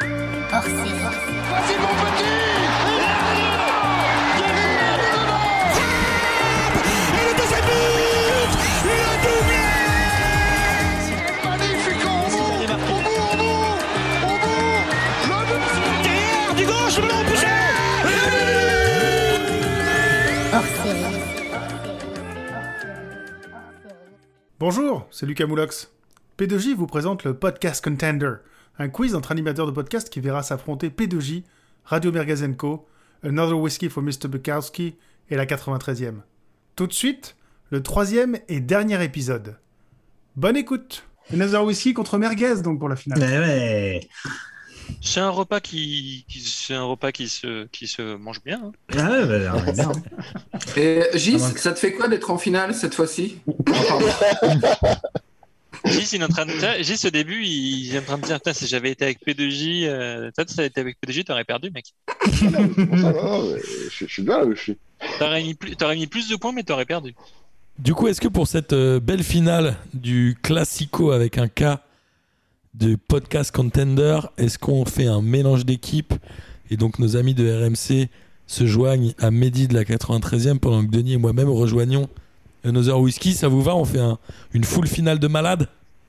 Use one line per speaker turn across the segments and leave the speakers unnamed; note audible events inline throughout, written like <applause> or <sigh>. forcé.
Voici mon petit Et le deuxième but Le doublé Magnifique au bout Au bout, au bout Au bout Le but Derrière, du gauche, le ballon poussé
Hors série.
Bonjour, c'est Lucas Moulox. P2J vous présente le Podcast Contender, un quiz entre animateurs de podcast qui verra s'affronter P2J, Radio Mergazenco, Another Whiskey for Mr. Bukowski et la 93e. Tout de suite, le troisième et dernier épisode. Bonne écoute Another Whiskey contre Merguez, donc, pour la finale.
Mais Eh ouais.
C'est un repas qui, qui- c'est un repas qui se, qui se mange bien. hein.
Ah ouais, bah, on est bien.
Et euh,
Ah
Gis,
ouais.
ça te fait quoi d'être en finale cette fois-ci
Gis, il est en train de, tiens, Gis, au début, il il est en train de dire, Putain, si j'avais été avec P2J, euh, toi, si t'avais été avec P2J, t'aurais perdu, mec.
Bon, ça va, mais je, je suis bien là où je suis.
T'aurais mis, plus- t'aurais mis plus de points, mais t'aurais perdu.
Du coup, est-ce que pour cette euh, belle finale du Classico avec un cas du podcast Contender, est-ce qu'on fait un mélange d'équipes et donc nos amis de RMC se joignent à Mehdi de la 93e pendant que Denis et moi-même rejoignons Another Whisky Ça vous va On fait un- une full finale de malade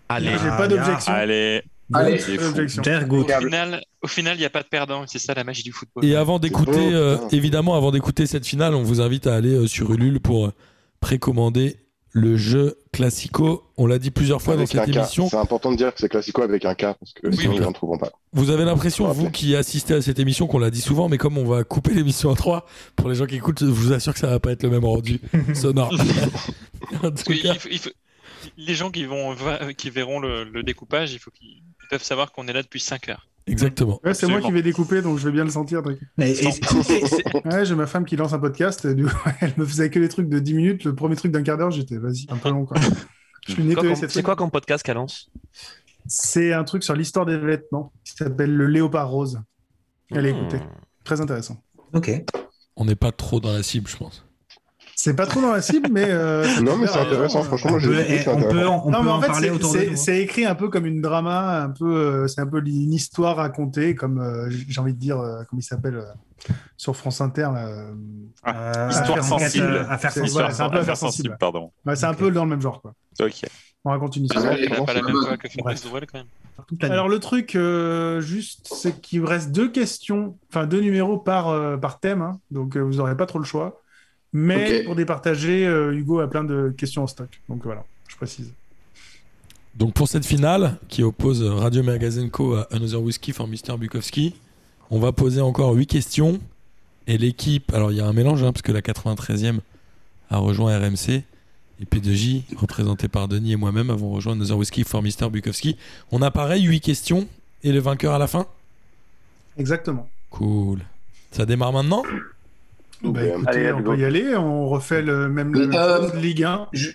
J'ai
Allez,
pas d'objection.
allez,
Allez.
c'est
Pas
fou.
d'objection.
Au
Dergout.
final, au final, il n'y a pas de perdant. C'est ça la magie du football.
Et avant d'écouter,
beau,
euh,
putain.
évidemment, avant d'écouter cette finale, on vous invite à aller euh, sur Ulule pour euh, précommander le jeu Classico. On l'a dit plusieurs fois dans
Avec un
cette
K.
émission.
Ah, C'est important de dire que c'est classico avec un K, parce que
Oui,
sinon
oui.
les gens ne trouveront pas.
Vous avez l'impression,
Faut
vous
rappeler.
qui assistez à cette émission, qu'on l'a dit souvent, mais comme on va couper l'émission en trois, pour les gens qui écoutent, je vous assure que ça va pas être le même rendu sonore. <laughs> en
Parce
tout
que
cas,
il faut- il faut- les gens qui vont, va- qui verront le, le découpage, il faut qu'ils ils peuvent savoir qu'on est là depuis 5 heures.
exactement.
Ouais, c'est moi
Absolument.
qui vais découper, donc je vais bien le sentir. Drake.
Mais et-
Ouais, j'ai ma femme qui lance un podcast, et du coup, <laughs> elle me faisait que les trucs de 10 minutes. Le premier truc d'un quart d'heure, j'étais, vas-y, un peu long,
<laughs>
quoi. Je suis
C'est quoi
nettoyé
comme-
cette
C'est quoi comme podcast qu'elle lance
C'est un truc sur l'histoire des vêtements qui s'appelle le léopard rose. Allez, écoutez,
Hmm.
Hmm.
très intéressant.
Ok.
On n'est pas trop dans la cible, je pense.
C'est pas trop dans la cible, mais euh,
<laughs>
ça
Non,
peut
mais
faire,
c'est
euh,
intéressant,
euh,
franchement,
On
moi j'ai
peut,
trouvé
eh,
ça
on peut,
intéressant.
on
non,
peut
mais
en,
en fait,
parler
c'est-
autour de
c'est
nous. hein.
c'est écrit un peu comme une drama, un peu, euh, c'est un peu une histoire racontée, comme euh, j'ai envie de dire, euh, comme il s'appelle euh, sur France Inter. là, euh,
Euh,
Histoire
affaire enquête,
sensible.
euh, affaire
C'est-
sensible.
voilà, c'est un peu affaire sensible.
pardon.
bah, c'est un
Ok.
peu dans le même genre, quoi.
Ok.
On raconte une histoire.
Ouais,
Il n'a
non,
pas
c'est
la même
bon.
voix que Francis
Bref.
Drouel, quand même.
Toute la nuit.
Alors le truc, euh, juste, c'est qu'il vous reste deux questions, enfin deux numéros par, euh, par thème, hein, donc euh, vous n'aurez pas trop le choix. Mais
Ok.
pour départager, euh, Hugo a plein de questions en stock. Donc voilà, je précise.
Donc pour cette finale, qui oppose Radio Magazine Co à Another Whiskey for Mr. Bukowski, on va poser encore huit questions. Et l'équipe, alors il y a un mélange, hein, parce que la 93e a rejoint RMC. Et P2J, représenté par Denis et moi-même, avons rejoint Another Whiskey for Mr. Bukowski. On a pareil, huit questions. Et le vainqueur à la fin
Exactement.
Cool. Ça démarre maintenant
Bah,
Allez,
ben,
écoutez,
allez,
on
go.
peut y aller, on refait le même le-
Euh,
Ligue 1.
je-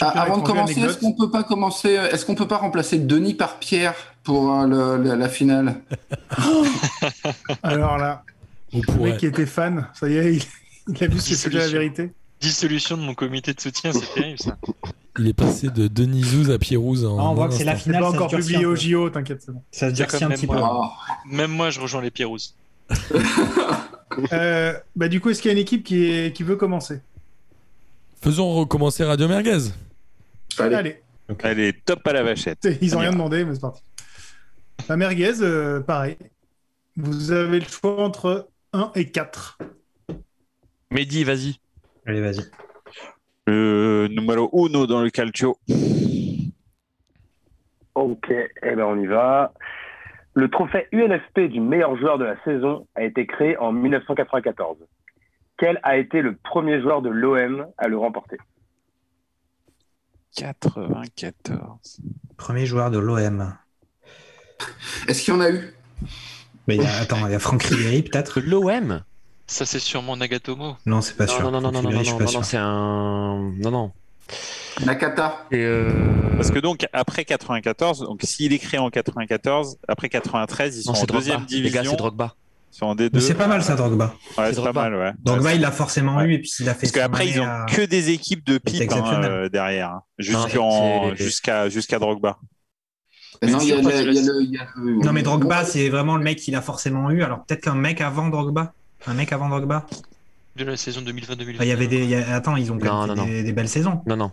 Ah, Avant de commencer, est-ce qu'on peut pas commencer euh, Est-ce qu'on peut pas remplacer Denis par Pierre pour euh, le- le- la finale
Alors là,
On
le
pourrait.
mec qui était fan, ça y est, il, il a vu ce que c'était la
Dissolution.
vérité.
Dissolution de mon comité de soutien, c'est terrible ça.
Il est passé de Denis Zouz à Pierrouz en
Ah, on voit
un
que c'est la
instant.
C'est
finale.
pas
ça se
encore
durcit
publié
un
au
peu.
JO, t'inquiète, c'est bon.
Ça se durcit un
Jacob
petit peu.
Memo.
Oh.
Même moi, je rejoins les Pierrouzes.
Euh, bah, du coup, est-ce qu'il y a une équipe qui, est- qui veut commencer
Faisons recommencer Radio Merguez.
Allez.
Allez.
Elle est top à la vachette.
C'est- Ils ont
On y
rien
va.
demandé, mais c'est parti. La merguez, euh, pareil. Vous avez le choix entre 1 et 4.
Mehdi, vas-y.
Allez, vas-y.
Le numéro uno dans le calcio.
Ok, eh ben on y va. Le trophée UNFP du meilleur joueur de la saison a été créé en 1994. Quel a été le premier joueur de l'OM à le remporter
94.
Premier joueur de l'OM.
Est-ce qu'il y en a eu
Mais il y a- attends, il y a Franck Ribéry peut-être
L'OM
Ça, c'est sûrement Nagatomo.
Non, c'est pas
Non,
sûr.
non, non, non, non, non,
Franck
non,
Ribéry, je
non,
suis
non,
pas sûr.
c'est un. Non, non.
Nakata
Et euh,
Parce que donc, après 94, donc s'il est créé en 94, après 93, ils sont
Non,
en
c'est
deuxième
Drogba. Les
division.
gars, c'est Drogba.
ils sont en
Mais
D2.
c'est pas mal ça, Drogba.
Ouais,
c'est
c'est pas
Drogba.
mal, ouais.
Drogba,
Ouais,
il l'a forcément
Ouais.
eu et puis il a fait.
Parce qu'après,
son
ils
année
ont
à-
que des équipes de
C'est
pipe hein,
exceptionnel.
euh, derrière, hein.
Non,
jusqu'en-
c'est-
jusqu'à jusqu'à Drogba.
Mais non, il y a la- il y a le- il y a le-
Non, mais Drogba, c'est vraiment le mec qu'il a forcément eu. Alors peut-être qu'un mec avant Drogba. Un mec avant Drogba.
de la saison 2020-2021.
Ah,
Enfin, Il y avait des. il y a- Attends, ils ont quand
Non,
même fait
non,
des,
non.
des belles saisons.
Non, non.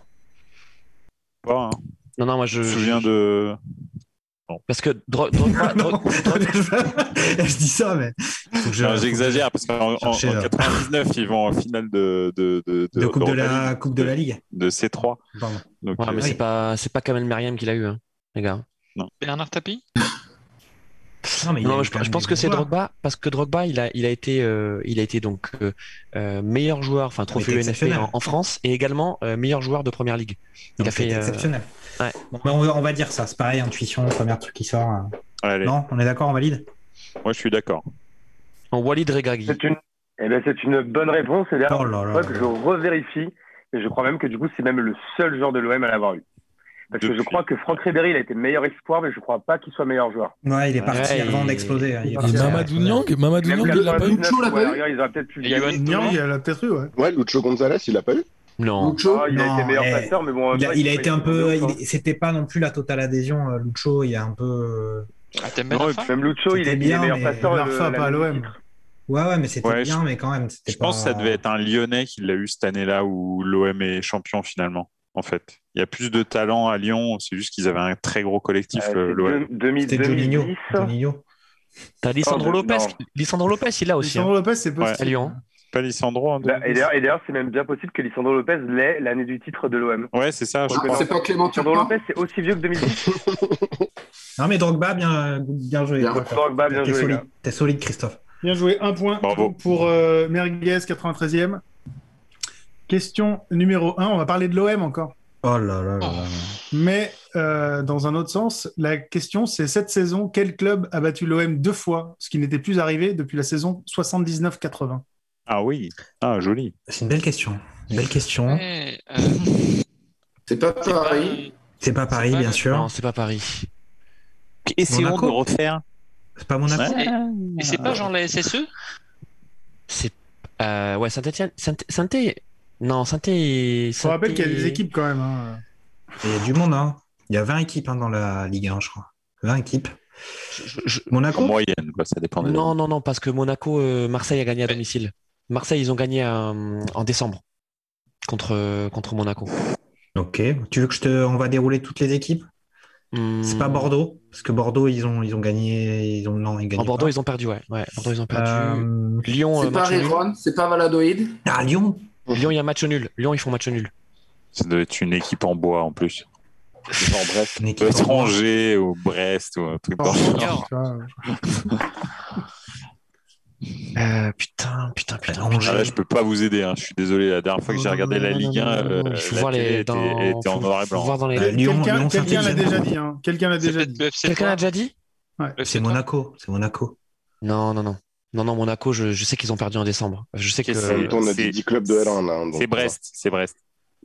Pas, hein.
Non, non, moi je.
Je me souviens de.
Parce que Dro- Drogba-
<laughs>
Dro-
<laughs>
je dis ça, mais.
Non, J'exagère parce qu'en en- en
chercher, là.
99, ils vont en finale de, de, de,
De Coupe de
Europa
la-
League.
Coupe de la Ligue.
De C3.
Pardon.
Donc,
Ouais,
euh,
mais c'est pas, c'est pas Kamel Meriem qui l'a eu, hein, les gars.
Non.
Bernard Tapie
Non, mais il y a eu
je,
quand même
je pense
des
que
bons
c'est
joueurs.
Drogba parce que Drogba il a il a été euh, il a été donc euh, euh, meilleur joueur enfin trophée
était
UNFP
exceptionnel.
en, en France et également euh, meilleur joueur de première ligue. Il hein,
Donc,
a fait
c'était
euh,
exceptionnel.
ouais.
Bon, bah, on, va, on va dire ça. C'est pareil, intuition, premier truc qui sort. euh.
Allez,
Non, on est d'accord, on valide
moi je suis d'accord.
en Walid Regragui.
C'est une... eh ben, c'est une bonne réponse. Et là,
Oh là là
faudrait que
là
je revérifie. Et je crois même que du coup, c'est même le seul joueur de l'OM à l'avoir eu. Parce que je
Depuis.
crois que Franck Ribéry, il a été meilleur espoir, mais je crois pas qu'il soit meilleur joueur.
Ouais, il est
Ouais,
parti
et-
avant d'exploser. hein. Il est
et
parti
Et
avant
Mamadou
d'exploser.
Niang, Mamadou
Même
Niang,
la
il l'a pas eu.
99,
Lucho l'a
ouais,
pas eu
regarde, ils auraient peut-être pu
Et
gagner.
Johan
Niang,
Thomas
il l'a peut-être eu, ouais.
Ouais, Lucho Gonzalez, il l'a pas eu
Non.
Lucho,
Ah, il a
Non,
été meilleur
eh,
passeur, mais bon. en
Il a,
vrai,
il a
faut
été un
être
peu.
honnête, hein.
il- C'était pas non plus la totale adhésion, euh, Lucho. Il y a un peu. euh,
Ah, t'aimes bien
Non,
la
et
fin
Même Lucho, il
C'était
est, il est
bien,
meilleur
mais
passeur.
Larfa,
le-
pas à
euh, la-
l'OM.
Ouais, ouais, mais c'était
Ouais,
bien, mais quand même. c'était
Je pense que ça
pas-
devait être un Lyonnais qui l'a eu cette année-là où l'OM est champion finalement, en fait. Il y a plus de talent à Lyon, c'est juste qu'ils avaient un très gros collectif,
Euh,
le- l'OM.
deux- 2000-
C'était Juninho.
2010.
Juninho.
T'as Lisandro
Oh, mais
Lopez.
non.
qui- Lisandro Lopez il l'a aussi. hein,
Lisandro Lopez, c'est
Ouais.
à
possible.
Lyon.
Pas Lissandro hein, en
Bah, et
2010.
d'ailleurs, et d'ailleurs, c'est même bien possible que Lisandro Lopez l'ait l'année du titre de l'OM.
Ouais, c'est ça. je
Ah,
crois.
c'est pas Clément
Lisandro
Turpin
Lopez, c'est aussi vieux que 2010.
Non, mais Drogba, bien, bien joué.
Bien.
Drogba, bien
T'es
joué, les
solide.
gars.
T'es solide, Christophe.
Bien joué, un point
Bravo.
pour euh, Merguez, 93e. Question numéro 1, on va parler de l'OM encore.
Oh là là là là.
Mais euh, dans un autre sens, la question c'est cette saison, quel club a battu l'OM deux fois, ce qui n'était plus arrivé depuis la saison 79-80
Ah oui, ah joli.
C'est une belle question. Une belle question.
Ouais, euh,
C'est pas
c'est pas-
pareil.
C'est pas Paris,
pas
bien
le-
sûr.
Non, c'est pas Paris.
Essayons
Monaco
de refaire.
C'est pas Monaco.
Et, et c'est
Euh,
pas E genre la SSE
C'est euh, ouais Saint-Étienne. saint Non, saint
Je vous rappelle qu'il y a des équipes quand même. hein.
Et Il y a du monde, hein. Il y a 20 équipes hein, dans la Ligue 1, je crois. 20 équipes.
En
Monaco
moyenne, quoi, ça dépend. des-
Non, non, non, parce que Monaco, euh, Marseille a gagné à domicile. Marseille, ils ont gagné euh, en décembre contre, euh, contre Monaco.
Ok. Tu veux que je te. On va dérouler toutes les équipes C'est pas
Hmm.
Bordeaux. Parce que Bordeaux, ils ont, ils ont gagné. Ils ont... Non, ils gagnent.
En Bordeaux, ils ont perdu, ouais. ouais. Bordeaux, ils ont perdu.
Euh,
Lyon, euh,
C'est pas
match nul.
Riron, c'est pas Valadoïde.
Ah, Lyon
Lyon, il y a match nul. Lyon, ils font match nul.
Ça doit être une équipe en bois en plus.
Genre,
<laughs>
bref.
Une équipe.
Ça doit être Angers ou Brest ou un truc
Oh,
dans le genre.
Tu vois, euh,
Euh, putain, putain, putain.
Angers.
Ah là, je peux pas vous aider, hein. je suis désolé. La dernière fois que j'ai regardé la Ligue 1, euh,
Il faut
la
voir
télé
les.
était,
dans-
était en
faut-
noir et
faut
blanc.
voir dans les-
Euh, Lyon,
Quelqu'un
Lyon,
quelqu'un l'a
Saint-Etienne.
déjà dit. hein. Quelqu'un l'a
C'est
déjà
peut-être
dit.
le FC
Quelqu'un l'a
Troyes.
déjà dit
Le FC
C'est
Troyes.
Monaco. C'est Monaco.
Non, non, non. Non, non, Monaco, je, je sais qu'ils ont perdu en décembre. Je sais que.
Qu'est-ce
En même temps, on a
Euh, c'est-
dit 10 clubs de L1 là. hein, donc,
C'est Brest, c'est Brest.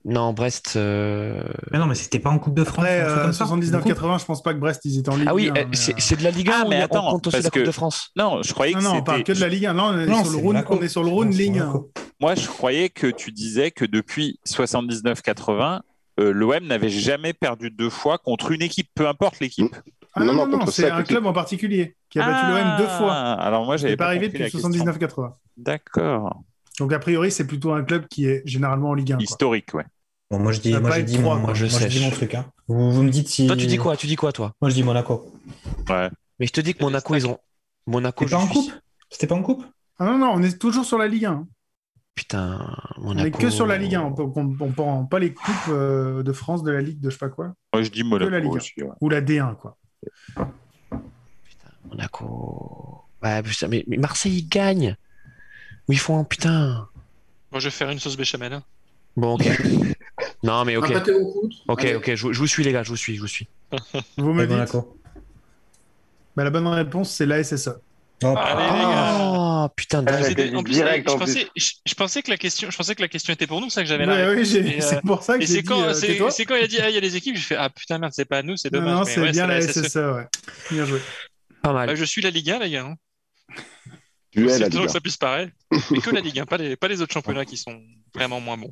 Non, Brest. euh,
Mais non, mais c'était pas en Coupe de France.
Après,
un truc comme
euh,
ça
79-80, je pense pas que Brest, ils étaient en Ligue
Ah oui,
un,
euh,
mais,
c'est
euh,
c'est de la Ligue 1,
Ah, mais
mais
attends,
on compte aussi
parce
la Coupe
que-
de France.
Non, je croyais
Non,
que
non, on parle que de
c'était.
la Ligue 1. Là, on est,
Non,
sur,
c'est
le Rhône,
Monaco.
on est sur le Rhône
Non, c'est
Ligue 1.
Monaco.
Moi, je croyais que tu disais que depuis 79-80, euh, l'OM n'avait jamais perdu deux fois contre une équipe, peu importe l'équipe.
Ah non,
Non,
non,
non,
non,
contre
c'est
ça,
un
contre-
club en particulier qui a battu l'OM deux fois.
Ah, Alors moi,
C'est
j'avais
pas arrivé
compris
depuis
la question.
79-80.
D'accord.
Donc, a priori, c'est plutôt un club qui est généralement en Ligue 1. quoi.
Historique, ouais.
Bon, moi je dis,
Ça
moi,
va
je
être
dis,
trois,
mon,
quoi,
moi,
je
je
sais.
dis mon truc. Hein. Vous, vous me dites si.
Toi, tu dis quoi Tu dis quoi, toi
Moi je dis Monaco.
Ouais.
Mais je te dis que Monaco, ils ont. Monaco,
C'était pas
je
en
suis-
coupe C'était pas en coupe
Ah non, non, on est toujours sur la Ligue 1. hein.
Putain,
On
Monaco.
n'est que sur la Ligue 1. On ne prend pas les coupes euh, de France, de la Ligue, de je sais pas quoi.
Moi, je dis
la Ligue
Monaco
un.
aussi. ouais.
Ou la D1, quoi.
Monaco. Ouais, putain, mais, mais Marseille, ils gagnent. Oui, ils font un putain.
Moi, je vais faire une sauce béchamel. hein.
Bon, ok. non, mais ok.
Un pâté au coude.
Ok,
Allez.
ok, je, je vous suis, les gars, je vous suis, je vous suis.
Vous me
Ouais,
dites
Monaco.
bah, La bonne réponse, c'est la SSE.
Oh,
Allez, les gars.
Oh, putain,
Ah,
dingue.
j'ai-
C'était- en plus,
Direct,
je,
en
pensais, je, je pensais que la question, je pensais que la question était pour nous, c'est ça que j'avais la
Ouais, oui,
réponse.
j'ai-
Et, euh,
c'est pour ça que
Et
j'ai
c'est
dit
quand,
euh,
c'est-
tais-toi.
c'est quand il a dit ah il y a des équipes, j'ai fait ah putain merde c'est pas à nous, c'est
Non,
dommage.
non,
mais
c'est
ouais,
bien la E.
SSE.
SSE, ouais. Bien joué.
Pas
Ah,
mal.
E. je suis la Ligue 1 les gars. hein.
Duel à
C'est
Ligue
toujours
1.
que ça puisse paraître, mais que la Ligue 1, pas les, pas les autres championnats qui sont vraiment moins bons.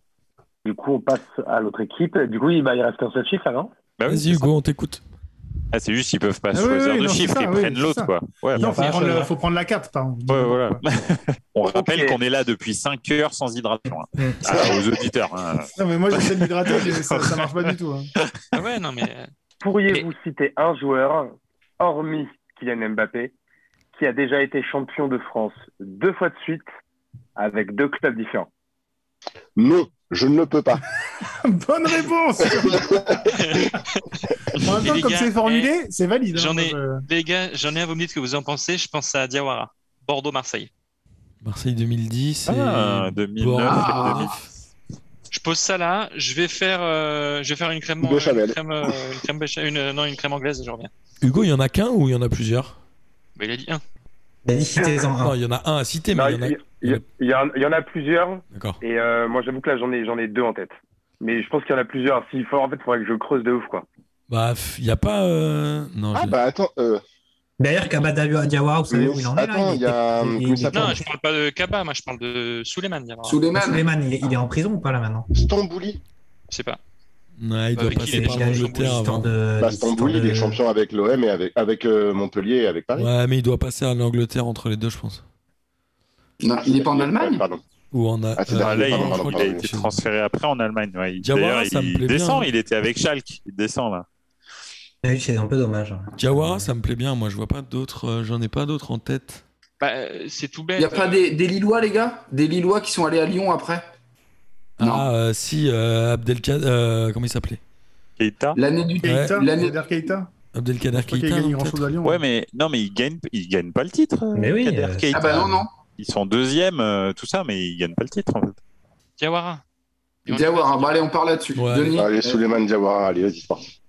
Du coup, on passe à l'autre équipe. Du coup, il, bah, il reste un seul chiffre, là, non
Bah oui,
Vas-y, Hugo, on t'écoute.
Ah, c'est juste, ils peuvent pas
Ah oui,
choisir
oui,
de
non, c'est
chiffres,
ça,
ils
oui,
prennent
c'est
l'autre,
ça.
quoi. Ouais,
non,
bah,
faut
ouais,
prendre, la- faut prendre la carte, pardon. <laughs>
voilà. On rappelle qu'on est là depuis 5 heures sans hydratation. hein.
Mm.
Ah, aux auditeurs. hein.
Non, mais moi j'essaie de m'hydrater, <laughs> mais ça, ça marche pas du tout. hein.
Ah ouais, non, mais.
Pourriez-vous citer un joueur, hormis Kylian Mbappé, qui a déjà été champion de France deux fois de suite avec deux clubs différents
Non, je ne le peux pas.
<laughs> Bonne réponse En même
Et
temps,
les
comme
gars,
c'est formulé,
eh,
c'est valide. hein.
J'en ai,
Moi, je-
les gars, j'en ai un, vous me dites ce que vous en pensez. Je pense à Diawara, Bordeaux-Marseille.
Marseille 2010 et
Ah, 2009 et
Bordeaux.
2010.
Je pose ça là. Je vais faire, euh, je vais faire une crème,
Hugo
euh,
Chavel.
une crème, euh, une crème bécha- une, euh, non, une crème anglaise. Je reviens.
Hugo, il y en a qu'un ou il y en a plusieurs
Mais il a dit un.
Bah, dis citez-en un.
Non, il y en a un à citer, mais
Non,
il y en a.
Il y, il y en il y en a plusieurs,
D'accord.
et euh, moi j'avoue que là j'en ai, j'en ai deux en tête. Mais je pense qu'il y en a plusieurs. S'il faut, en fait, il faudrait que je creuse de ouf, quoi.
Bah, pff, il n'y a pas. euh, Non,
Ah
j'ai-
bah attends, euh,
D'ailleurs, Kabada Diawara, vous savez où il en est là
Attends, il y a, euh,
est- il
comment
est-
ça
il
Non,
est-
je parle pas de Kaba, moi je parle de Souleymane Diawara.
Souleymane.
Suleiman, il est- il est en prison ou pas là maintenant
Stambouli.
Je sais pas.
Ouais, il doit
Avec qui
passer
il est
par
déjà
l'Angleterre
champion,
avant.
de.
Bah, Stambouli, il est champion avec l'OM et avec, avec euh, Montpellier et avec Paris.
Ouais, mais il doit passer à l'Angleterre entre les deux, je pense.
Non, Ah, il est pas en
Ouais,
Allemagne
pardon.
Ou en a.
Ah, c'est
euh,
Ah,
Pardon,
là, il,
je
pardon,
crois
il
pardon,
a
qu'il
été
chez nous.
transféré après en Allemagne. ouais. Il-
Diawara,
D'ailleurs,
ça me
il
plaît
descend,
bien.
il était avec Schalke. Il descend là.
Ah oui, C'est un peu dommage. hein.
Diawara, ça me plaît bien. Moi, je vois pas d'autres. euh, J'en ai pas d'autres en tête.
Bah, euh, c'est tout
Il
bête.
n'y a pas des, des Lillois, les gars Des Lillois qui sont allés à Lyon après Non.
Ah, euh, si, euh, Abdelkader. euh, comment il s'appelait
Keita.
L'année du
Keita,
Ouais.
Kader Keita.
Abdelkader
Je crois qu'il a
Keita.
gagné
non,
grand chose à Lyon.
Ouais, mais non, mais il gagne, il gagne pas le titre. euh,
Mais oui,
Kader
euh,
Keita.
Ah bah non, non.
Ils sont deuxième, euh, tout ça, mais ils gagnent pas le titre en fait.
Diawara. Et on-
Diawara, bah allez, on parle là-dessus.
Ouais.
Denis
Bah,
Allez, Souleymane Diawara, allez, vas-y, c'est parti.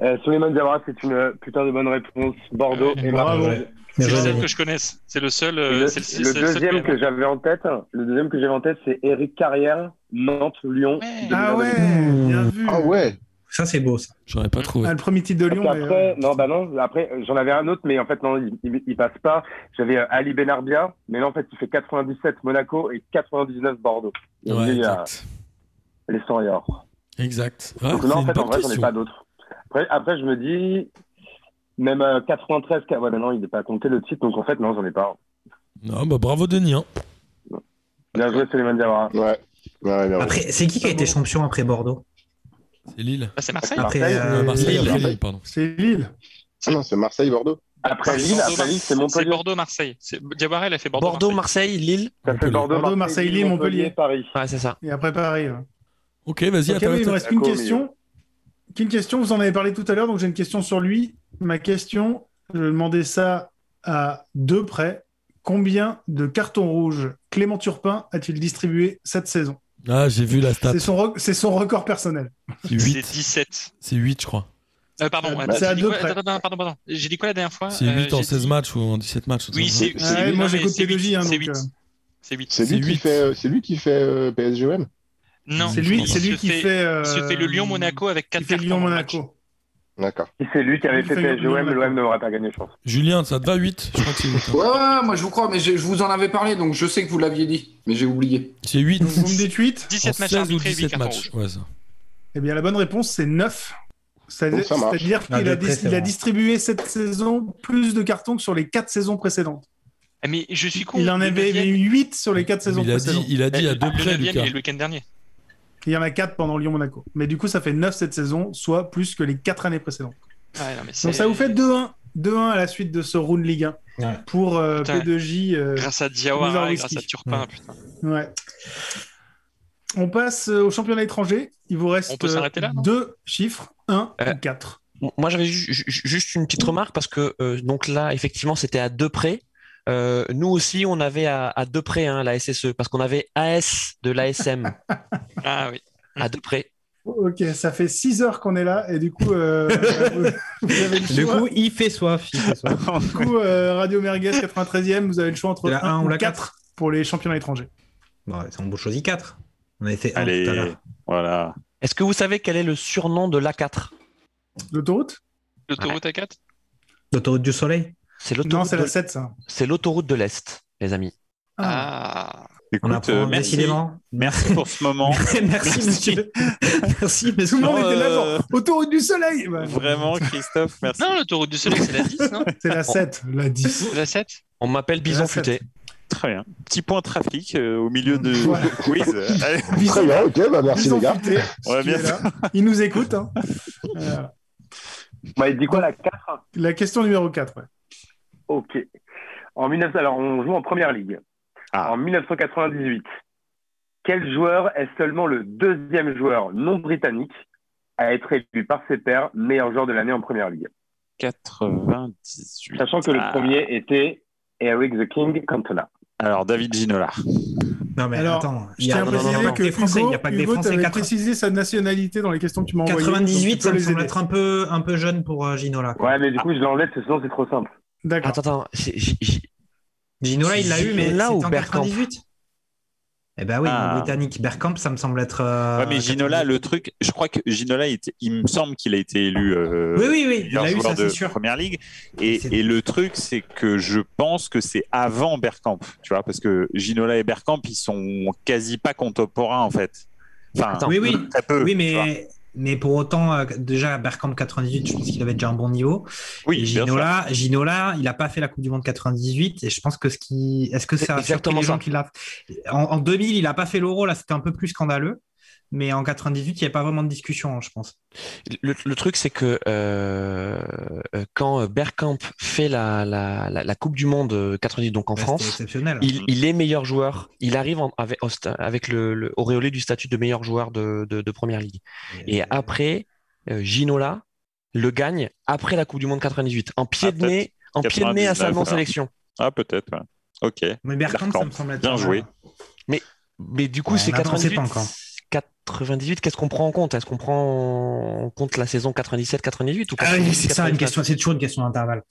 Euh, Souleymane Diawara, c'est une euh, putain de bonne réponse. Bordeaux et
Bravo.
Marseille.
C'est le
Ouais.
seul que je connaisse. C'est le seul.
Et
euh,
le,
c'est
le
c'est seul
deuxième
que-
que j'avais en tête, le deuxième que j'avais en tête, c'est Eric Carrière, Nantes, Lyon.
Ouais.
Ah ouais,
Mmh.
bien vu.
Ah ouais
Ça, c'est beau, ça.
J'aurais pas trouvé.
Ah, le premier titre de
Parce
Lyon. mais,
qu'après-
euh,
non, bah non, après, euh, j'en avais un autre, mais en fait, non, il, il- il passe pas. J'avais euh, Ali Benarbia, mais là, en fait, il fait 97 Monaco et 99 Bordeaux. Et
Ah, euh,
euh,
Ouais,
il y a
exact.
les 100 et or.
Exact. Ah,
Donc
c'est
là, en
une
fait, en
bonne
vrai, j'en ai
question.
pas d'autres. Après, après, je me dis, même euh, 93, ouais, bah non, il n'est pas compté le titre, donc en fait, non, j'en ai pas.
Non, bah bravo Denis. hein.
Bien joué, Suleiman Diawara.
Ouais, ouais, ouais, bien.
Après, c'est qui qui a été champion après Bordeaux
C'est Lille.
Bah, c'est Marseille.
Après
Marseille,
euh,
Euh, Marseille,
Lille.
après Lille, pardon.
C'est Lille.
Ah non, c'est Marseille-Bordeaux.
Après Lille,
Bordeaux,
après Lille, c'est
C'est
Montpellier.
Bordeaux-Marseille. C'est- Diawara, il a fait
Bordeaux,
Bordeaux-Marseille.
Marseille, Lille.
Ça fait
Montpellier.
Bordeaux,
Bordeaux,
Marseille,
Marseille,
Lille, Montpellier,
Montpellier.
Paris.
Ouais, c'est ça.
Et après Paris. ouais.
Ok, vas-y,
Ok,
attends.
mais il me
attends.
reste qu'une
D'accord,
question. Qu'une question, vous en avez parlé tout à l'heure, donc j'ai une question sur lui. Ma question, je vais demander ça à deux près. Combien de cartons rouges Clément Turpin a-t-il distribué cette saison
Ah, j'ai vu la stat.
C'est son, rec- c'est son record personnel.
C'est
C'est
8.
17.
C'est 8, je crois.
Euh, pardon,
Bah,
attends,
c'est à
j'ai dit
deux
quoi-
près.
attends, attends, pardon, pardon. J'ai dit quoi la dernière fois
C'est
Euh,
8 en
j'ai
16
dit-
matchs ou en 17 matchs.
Oui, c'est
Ouais,
c'est-
moi,
non,
j'écoute
mais c'est
Pédogie,
huit,
hein,
c'est
donc,
8.
euh.
C'est 8.
C'est
C'est
lui, qui
huit.
fait, euh, c'est lui qui fait euh, PSG-OM
Non,
C'est lui,
il
c'est lui
se
qui fait. euh,
il se fait le Lyon-Monaco avec
qui
4
fait Lyon-Monaco.
D'accord.
Si c'est lui qui avait fait
Il fait
PSG-OM,
Lyon,
l'OM n'aurait pas gagné, je pense.
Julien, ça te va 8 Je crois que c'est hein. 8.
Ouais, ouais, ouais, moi je vous crois, mais je, je vous en avais parlé, donc je sais que vous l'aviez dit, mais j'ai oublié.
C'est 8.
Donc, vous me dites 8
17 matchs
16 ou
arbitrés, 8
17
cartons
matchs.
rouges.
Ouais, ça.
Eh bien, la bonne réponse, c'est 9. C'est-à-dire
Donc, ça marche.
c'est-à-dire
Ah,
qu'il
de
a,
près,
dis-
c'est
il a
bon.
distribué cette saison plus de cartons que sur les 4 saisons précédentes.
Ah, Mais je suis con.
Il en
le
avait
neuvième-
8 sur les 4 saisons
Il a dit,
précédentes.
il a dit à deux
Le
près,
9 il
Lucas.
est le week-end dernier.
Il y en a 4 pendant Lyon-Monaco. Mais du coup, ça fait 9 cette saison, soit plus que les 4 années précédentes.
Ouais, non, mais c'est-
Donc ça vous fait 2-1. 2-1 à la suite de ce round Ligue 1
Ouais.
pour euh,
Putain.
P2J. euh,
Grâce à
Loser
Diawara, et
whisky.
grâce à Turpin, putain.
ouais. On passe euh, au championnat étranger. Il vous reste euh,
On peut s'arrêter là, non
deux chiffres, 1
Euh,
ou 4.
Bon, Moi, j'avais ju- ju- juste une petite remarque parce que euh, donc là, effectivement, c'était à deux près. Euh, nous aussi, on avait à, à deux près hein, la SSE parce qu'on avait AS de l'ASM
Ah oui.
à deux près.
Ok, ça fait 6 heures qu'on est là et du coup, euh, <laughs> vous, vous avez le
Du
choix.
coup, il fait soif. il fait soif.
Du coup, euh, Radio Merguez 93e, vous avez le choix entre
La
1
un
ou
ou
4,
la
pour les championnats étrangers.
Bon, ouais, c'est on choisit 4. On a fait un Ah, tout à
Allez,
l'heure.
voilà.
Est-ce que vous savez quel est le surnom de l'A4
L'autoroute
L'autoroute à 4
L'autoroute du soleil.
C'est
Non,
l'autoroute
c'est la
de-
7, ça.
c'est l'autoroute de l'Est, les amis.
Ah.
Ah.
Écoute,
apprend
euh, merci.
décidément.
Merci pour ce
<laughs>
moment.
Merci,
<laughs>
monsieur. Merci, monsieur.
Tout le monde était là,
Euh,
genre, autoroute du soleil bah.
Vraiment, Christophe, merci.
Non, l'autoroute du soleil, c'est la 10, non
C'est la 7, la 10.
C'est la 7
On m'appelle Bison
La fête.
Futé.
Très bien. Petit point trafic euh, au milieu de
Voilà.
de <laughs> quiz. Allez,
Très bien, ok, bah merci
Ils ont
les gars.
fouté,
Ouais,
qui est
bien.
là. Ils nous écoutent. hein. Euh,
Bah, il dit quoi, la 4 hein
la question numéro 4. ouais.
Ok. En 19... Alors, on joue en première ligue.
Ah.
En 1998, quel joueur est seulement le deuxième joueur non britannique à être élu par ses pairs meilleur joueur de l'année en première ligue
98.
Sachant que le
Ah.
premier était Eric the King Cantona.
Alors, David Ginola.
Non, mais
Alors,
attends.
Je
il y a-
tiens à
non, non, non,
préciser
non,
que
les Français, il
Hugo,
n'y a pas que des
Hugo,
Français.
t'avais
80
précisé sa nationalité dans les questions que tu m'as envoyées. donc tu
98,
peux
ça me
les
semble
aider.
être un peu, un peu jeune pour euh, Ginola. quoi.
Ouais, mais du coup, je l'enlève, parce que sinon c'est trop simple.
D'accord.
Attends, attends. c'est- j- j-
Ginola, il l'a eu, mais
Ginola
là
ou
en
Bergkamp
98 Eh ben oui,
Ah.
en britannique. Bergkamp, ça me semble être. euh,
ouais, mais Ginola,
98.
le truc, je crois que Ginola, il, était- il me semble qu'il a été élu euh,
Oui, oui, oui. Il
meilleur
a eu
joueur
ça,
de
c'est sûr. Ah,
première ligue. Et,
C'est-
et le truc, c'est que je pense que c'est avant Bergkamp, tu vois, parce que Ginola et Bergkamp, ils sont quasi pas contemporains en fait. Enfin,
Attends.
Oui, oui.
très peu.
Oui,
tu vois.
mais, mais pour autant, euh, déjà, Bergkamp 98, je pense qu'il avait déjà un bon niveau.
oui,
et
bien sûr.
Ginola, Ginola, il n'a pas fait la Coupe du Monde 98. Et je pense que ce qui. Est-ce que
C'est
ça a surpris
exactement
les gens
ça.
qui l'a. En, en 2000, il n'a pas fait l'Euro. Là, c'était un peu plus scandaleux. Mais en 98, il n'y avait pas vraiment de discussion, hein, je pense.
Le, le truc, c'est que euh, euh, quand euh, Bergkamp fait la, la, la, la Coupe du Monde euh, 98, donc en
Ouais, Bah, c'était
France,
exceptionnel.
il, il est meilleur joueur. Il arrive en- avec, au sta- avec le, le auréolé du statut de meilleur joueur de, de, de première ligue. Et après, euh, Ginola le gagne après la Coupe du Monde 98, en pied
Ah,
de nez, en pied de nez à sa
99, alors.
non-sélection.
Ah, peut-être. ouais. Ok.
Mais Bergkamp, ça
Bergkamp,
me semble être.
bien joué.
Mais du coup,
Ouais,
c'est
on attend, on sait pas
98.
encore.
98, qu'est-ce qu'on prend en compte Est-ce qu'on prend en compte la saison 97-98 ou
Ah oui, c'est ça, une
98?
question. C'est toujours une question d'intervalle.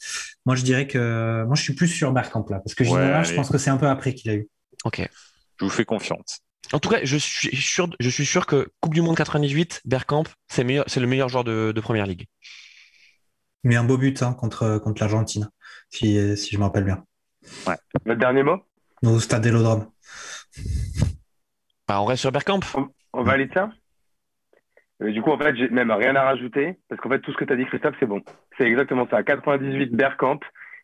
Moi, je dirais que moi, je suis plus sur Bergkamp là, parce que Ginola,
Ouais,
je
allez.
pense que c'est un peu après qu'il a eu.
Ok.
Je vous fais confiance.
En tout cas, je suis sûr, je suis sûr que Coupe du Monde 98, Bergkamp, c'est meilleur, c'est le meilleur joueur de, de première ligue.
Mais un beau but hein, contre contre l'Argentine, si si je me rappelle bien,
Votre dernier mot
au stade d'Élodrome.
Bah, on reste sur Bergkamp.
On va aller ça Euh, Du coup, en fait, j'ai même rien à rajouter, parce qu'en fait, tout ce que tu as dit, Christophe, c'est bon. C'est exactement ça. 98, Bergkamp,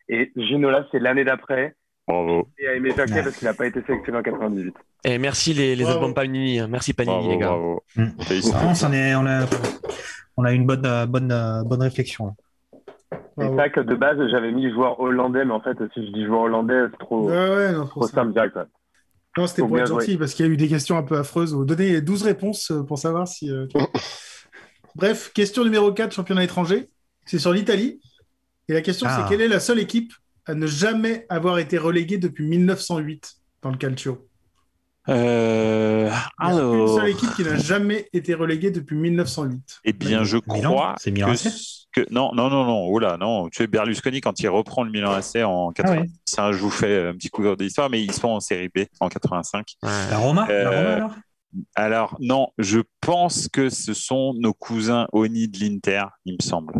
et Ginola, c'est l'année d'après,
Bravo.
et à Aimé Jacquet,
Ouais.
parce qu'il n'a pas été sélectionné en 98.
Et merci les, les
Bravo.
albums Panini. hein. Merci Panini,
Bravo,
les gars.
bravo.
Mm.
Félicitations.
on s'en est, on a on a eu une bonne euh, bonne euh, bonne réflexion.
Et
Bravo.
ça que de base, j'avais mis joueur hollandais, mais en fait, si je dis joueur hollandais, c'est trop,
Ouais, ouais, non,
trop
c'est ça.
simple direct. ouais.
Non, c'était
Faut
pour être
bien jouer.
gentil, parce qu'il y a eu des questions un peu affreuses. Vous donnez 12 réponses euh, pour savoir si.
<laughs>
euh, Bref, question numéro 4, championnat étranger. C'est sur l'Italie. Et la question,
Ah.
c'est quelle est la seule équipe à ne jamais avoir été reléguée depuis 1908 dans le Calcio Il
Euh,
y a Une
alors,
seule équipe qui n'a jamais été reléguée depuis 1908.
eh bien, je
Milan,
crois
c'est Milan
que,
AC.
que- non, non, non, non. Oh là, non. Tu es Berlusconi quand il reprend le Milan AC en
Ah
85. Je vous fais un petit cours d'histoire, mais ils sont en série B en 85.
Ouais.
La Roma, la Roma,
Euh,
alors.
Alors, non, je pense que ce sont nos cousins Oni de l'Inter, il me semble.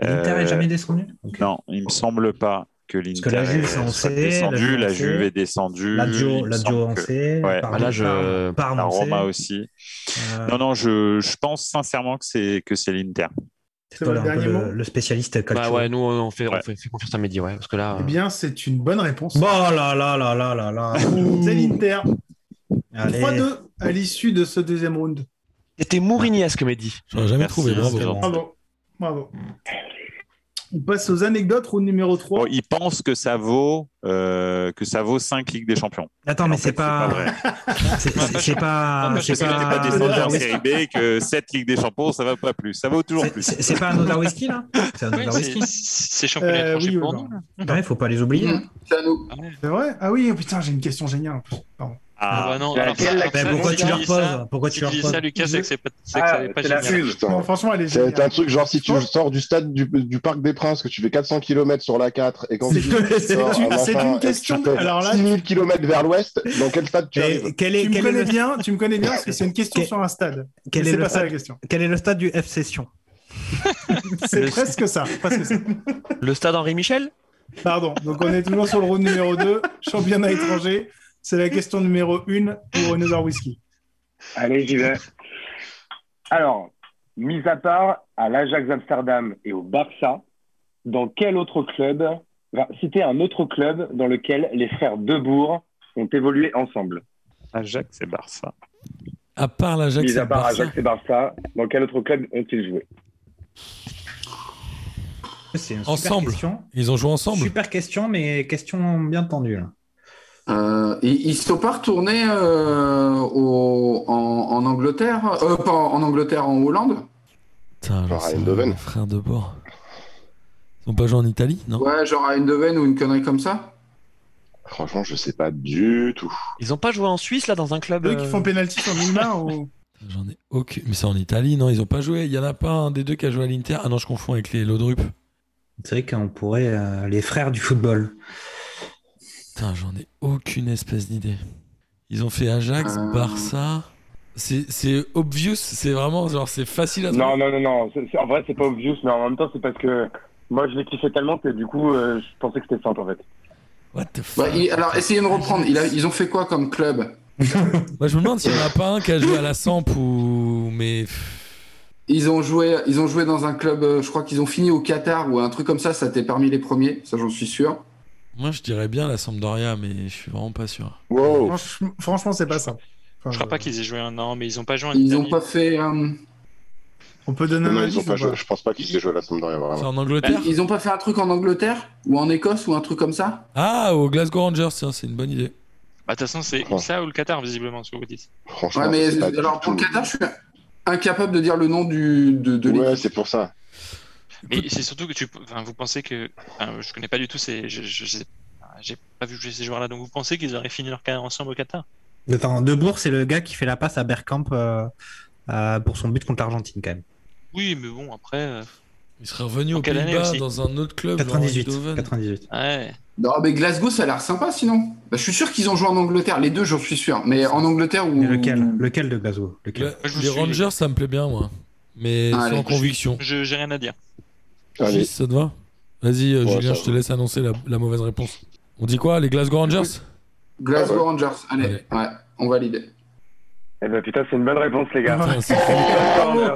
L'Inter
Euh,
est jamais descendu. Ok.
Non, il me semble pas que l'Inter
que la Juve, c'est en
soit
C, la
descendue.
Juve en
La
C,
Juve est descendue.
La
il
Dio,
me
la euh, Dio
semble
en
que-
C.
ouais, Ah,
Parme-
bah là, je-
Parme- Parme
La
en C.
Roma aussi.
Euh,
Non, non, je, je pense sincèrement que c'est que c'est l'Inter.
c'est
C'est le
toi, là, un peu
dernier
le,
mot.
le spécialiste.
Bah
calcio.
ouais, nous on fait,
Ouais.
on fait, fait confiance à Mehdi, ouais, parce que là. euh,
Eh bien, c'est une bonne réponse.
Bon là là là là là là.
C'est l'Inter.
Allez.
3-2 à l'issue de ce deuxième round.
C'était Mouriniesque Mehdi.
J'aurais jamais
Merci,
trouvé, bravo.
c'est gentil.
Bravo. Bravo. On passe aux anecdotes, round numéro 3.
Bon, ils pensent que ça vaut euh, que ça vaut 5 Ligues des Champions.
Attends,
En
mais
fait,
c'est pas.
vrai.
C'est c'est- c'est pas.
Non,
Parce que
C'est
c'est
pas.
pas descendu en
Another
série
Whiskey.
B et que 7 Ligues des Champions, ça va pas plus. Ça vaut toujours
C'est-
plus.
C'est c'est pas Another Whisky là C'est
Oui,
Another
c'est-
Whisky Ah
C'est championnat
Ah, Euh,
étranger
oui,
pour
oui,
nous. là.
Ouais, faut pas les oublier.
Mm.
Mmh, C'est à nous.
Ah ouais.
C'est vrai Ah oui, oh putain, j'ai une question géniale en plus. Pardon.
Ah bah non,
Bah,
alors,
quelle-
alors
Mais
ça,
pourquoi
si
tu leur
dis ça-
poses Pourquoi
Si
tu
tu
leur
dis
poses
ça, Lucas, c'est que c'est pas, c'est que ça
Ah,
n'est pas
c'est la
génial.
pub.
Putain.
Non, franchement, elle est
Ça va
géniale.
être un truc genre si
Je
tu
pense-
sors du stade du, du Parc des Princes, que tu fais 400 km sur la 4 et quand
C'est
tu
une- c'est
sors ah, bah,
une-
à la
c'est
fin
une
et que
question-
tu fais
alors là,
6000 km vers l'ouest, dans quel stade tu
Et
arrives
Quel est
Tu me
quel est
connais
le
bien, tu me connais bien parce que c'est une question
Quel-
sur un stade.
quel
Mais
est
c'est
le
pas ça la
stade
question.
quel est le stade du F Session
C'est
Le-
presque ça, presque ça.
Le stade Henri Michel
Pardon. Donc on est toujours sur le round numéro 2, championnat étranger. C'est la question numéro une pour Another Whisky.
Allez, j'y vais. Alors, mis à part à l'Ajax Amsterdam et au Barça, dans quel autre club, va citer un autre club dans lequel les frères Debourg ont évolué ensemble
Ajax et ah, Barça.
À part l'Ajax
Mis
et
à part
Barça.
Ajax et Barça, dans quel autre club ont-ils joué
C'est une super
Ensemble.
question.
Ils ont joué ensemble.
Super question, mais question bien tendue. là.
Euh, ils ils sont pas retournés euh, au- en, en Angleterre, euh, pas en Angleterre, en Hollande.
Putain, alors
Par
ça,
Eindhoven.
frère de bord. Ils ont pas joué en Italie, non
Ouais, genre à Eindhoven ou une connerie comme ça.
Franchement, je sais pas du tout.
Ils ont pas joué en Suisse, là, dans un club.
Eux
euh,
qui font pénalty sur Neymar ou.
J'en ai aucune. Mais c'est en Italie, non Ils ont pas joué. Il y en a pas un des deux qui a joué à l'Inter. Ah non, je confonds avec les Lodrup.
C'est vrai qu'on pourrait. euh, les frères du football.
Putain, j'en ai aucune espèce d'idée. Ils ont fait Ajax,
Euh.
Barça. C'est c'est obvious. C'est vraiment genre c'est facile à trouver.
Non, non, non, non. C'est- c'est- en vrai, c'est pas obvious, mais en même temps, c'est parce que moi, je l'ai kiffé tellement que du coup, euh, je pensais que c'était simple en fait.
What the fuck
Bah, il- alors, essayez de me reprendre. Il a- ils ont fait quoi comme club
Moi, je me demande s'il y en a pas un qui a joué à la Samp ou mais
Ils ont joué, ils ont joué dans un club. euh, Je crois qu'ils ont fini au Qatar ou un truc comme ça. Ça t'est parmi les premiers, ça j'en suis sûr.
moi je dirais bien la Sampdoria, mais je suis vraiment pas sûr.
Wow.
Franch- Franchement, c'est pas ça. Enfin,
Je crois pas qu'ils aient joué un an, mais ils ont pas joué en
Ils ont
Italie.
pas fait. euh,
On peut donner
Non,
un
non,
indice
ils ont
ou
pas joué.
pas
Je pense pas qu'ils aient joué à la Sampdoria,
Ah
C'est
vraiment.
en
Bah,
Angleterre
ils ont pas fait un truc en Angleterre ou en Écosse ou un truc comme ça
Ah, au Glasgow Rangers, tiens, c'est une bonne idée.
Bah, de toute façon, c'est ou ça ou le Qatar, visiblement, ce que vous dites.
Franchement,
Ouais, mais
c'est pas du
alors pour le
tout-
Qatar, je suis incapable de dire le nom du de, de l'équipe.
Ouais, c'est pour ça.
Mais c'est surtout que tu, enfin, vous pensez que, enfin, je connais pas du tout ces, je, je- je sais- j'ai pas vu jouer ces joueurs-là, donc vous pensez qu'ils auraient fini leur carrière ensemble au Qatar
Attends, Debourg, c'est le gars qui fait la passe à Bergkamp euh, euh, pour son but contre l'Argentine, quand même.
Oui, mais bon, après, euh,
Il serait revenu
En
aux
quelle année
Pays-Bas
aussi
dans un autre club. genre
98.
Eindhoven.
98.
ouais.
Non, mais Glasgow, ça a l'air sympa sinon. Bah, je suis sûr qu'ils ont joué en Angleterre, les deux, j'en suis sûr. Mais en Angleterre ou.
Mais lequel Lequel de Glasgow
Le-
Lequel
je vous
les
suis.
Rangers, ça me plaît bien, moi. Mais
Ah,
sans
allez,
conviction.
je, j'ai rien à dire.
Allez,
Gis, ça te va Vas-y, euh,
Ouais, ça
Julien, je te
va.
laisse annoncer la, la mauvaise réponse. On dit quoi Les Glasgow Rangers
Glasgow
Ah ouais.
Rangers, allez, ouais, on valide.
Eh ben putain, c'est une bonne réponse, les gars.
Putain, c'est
Vous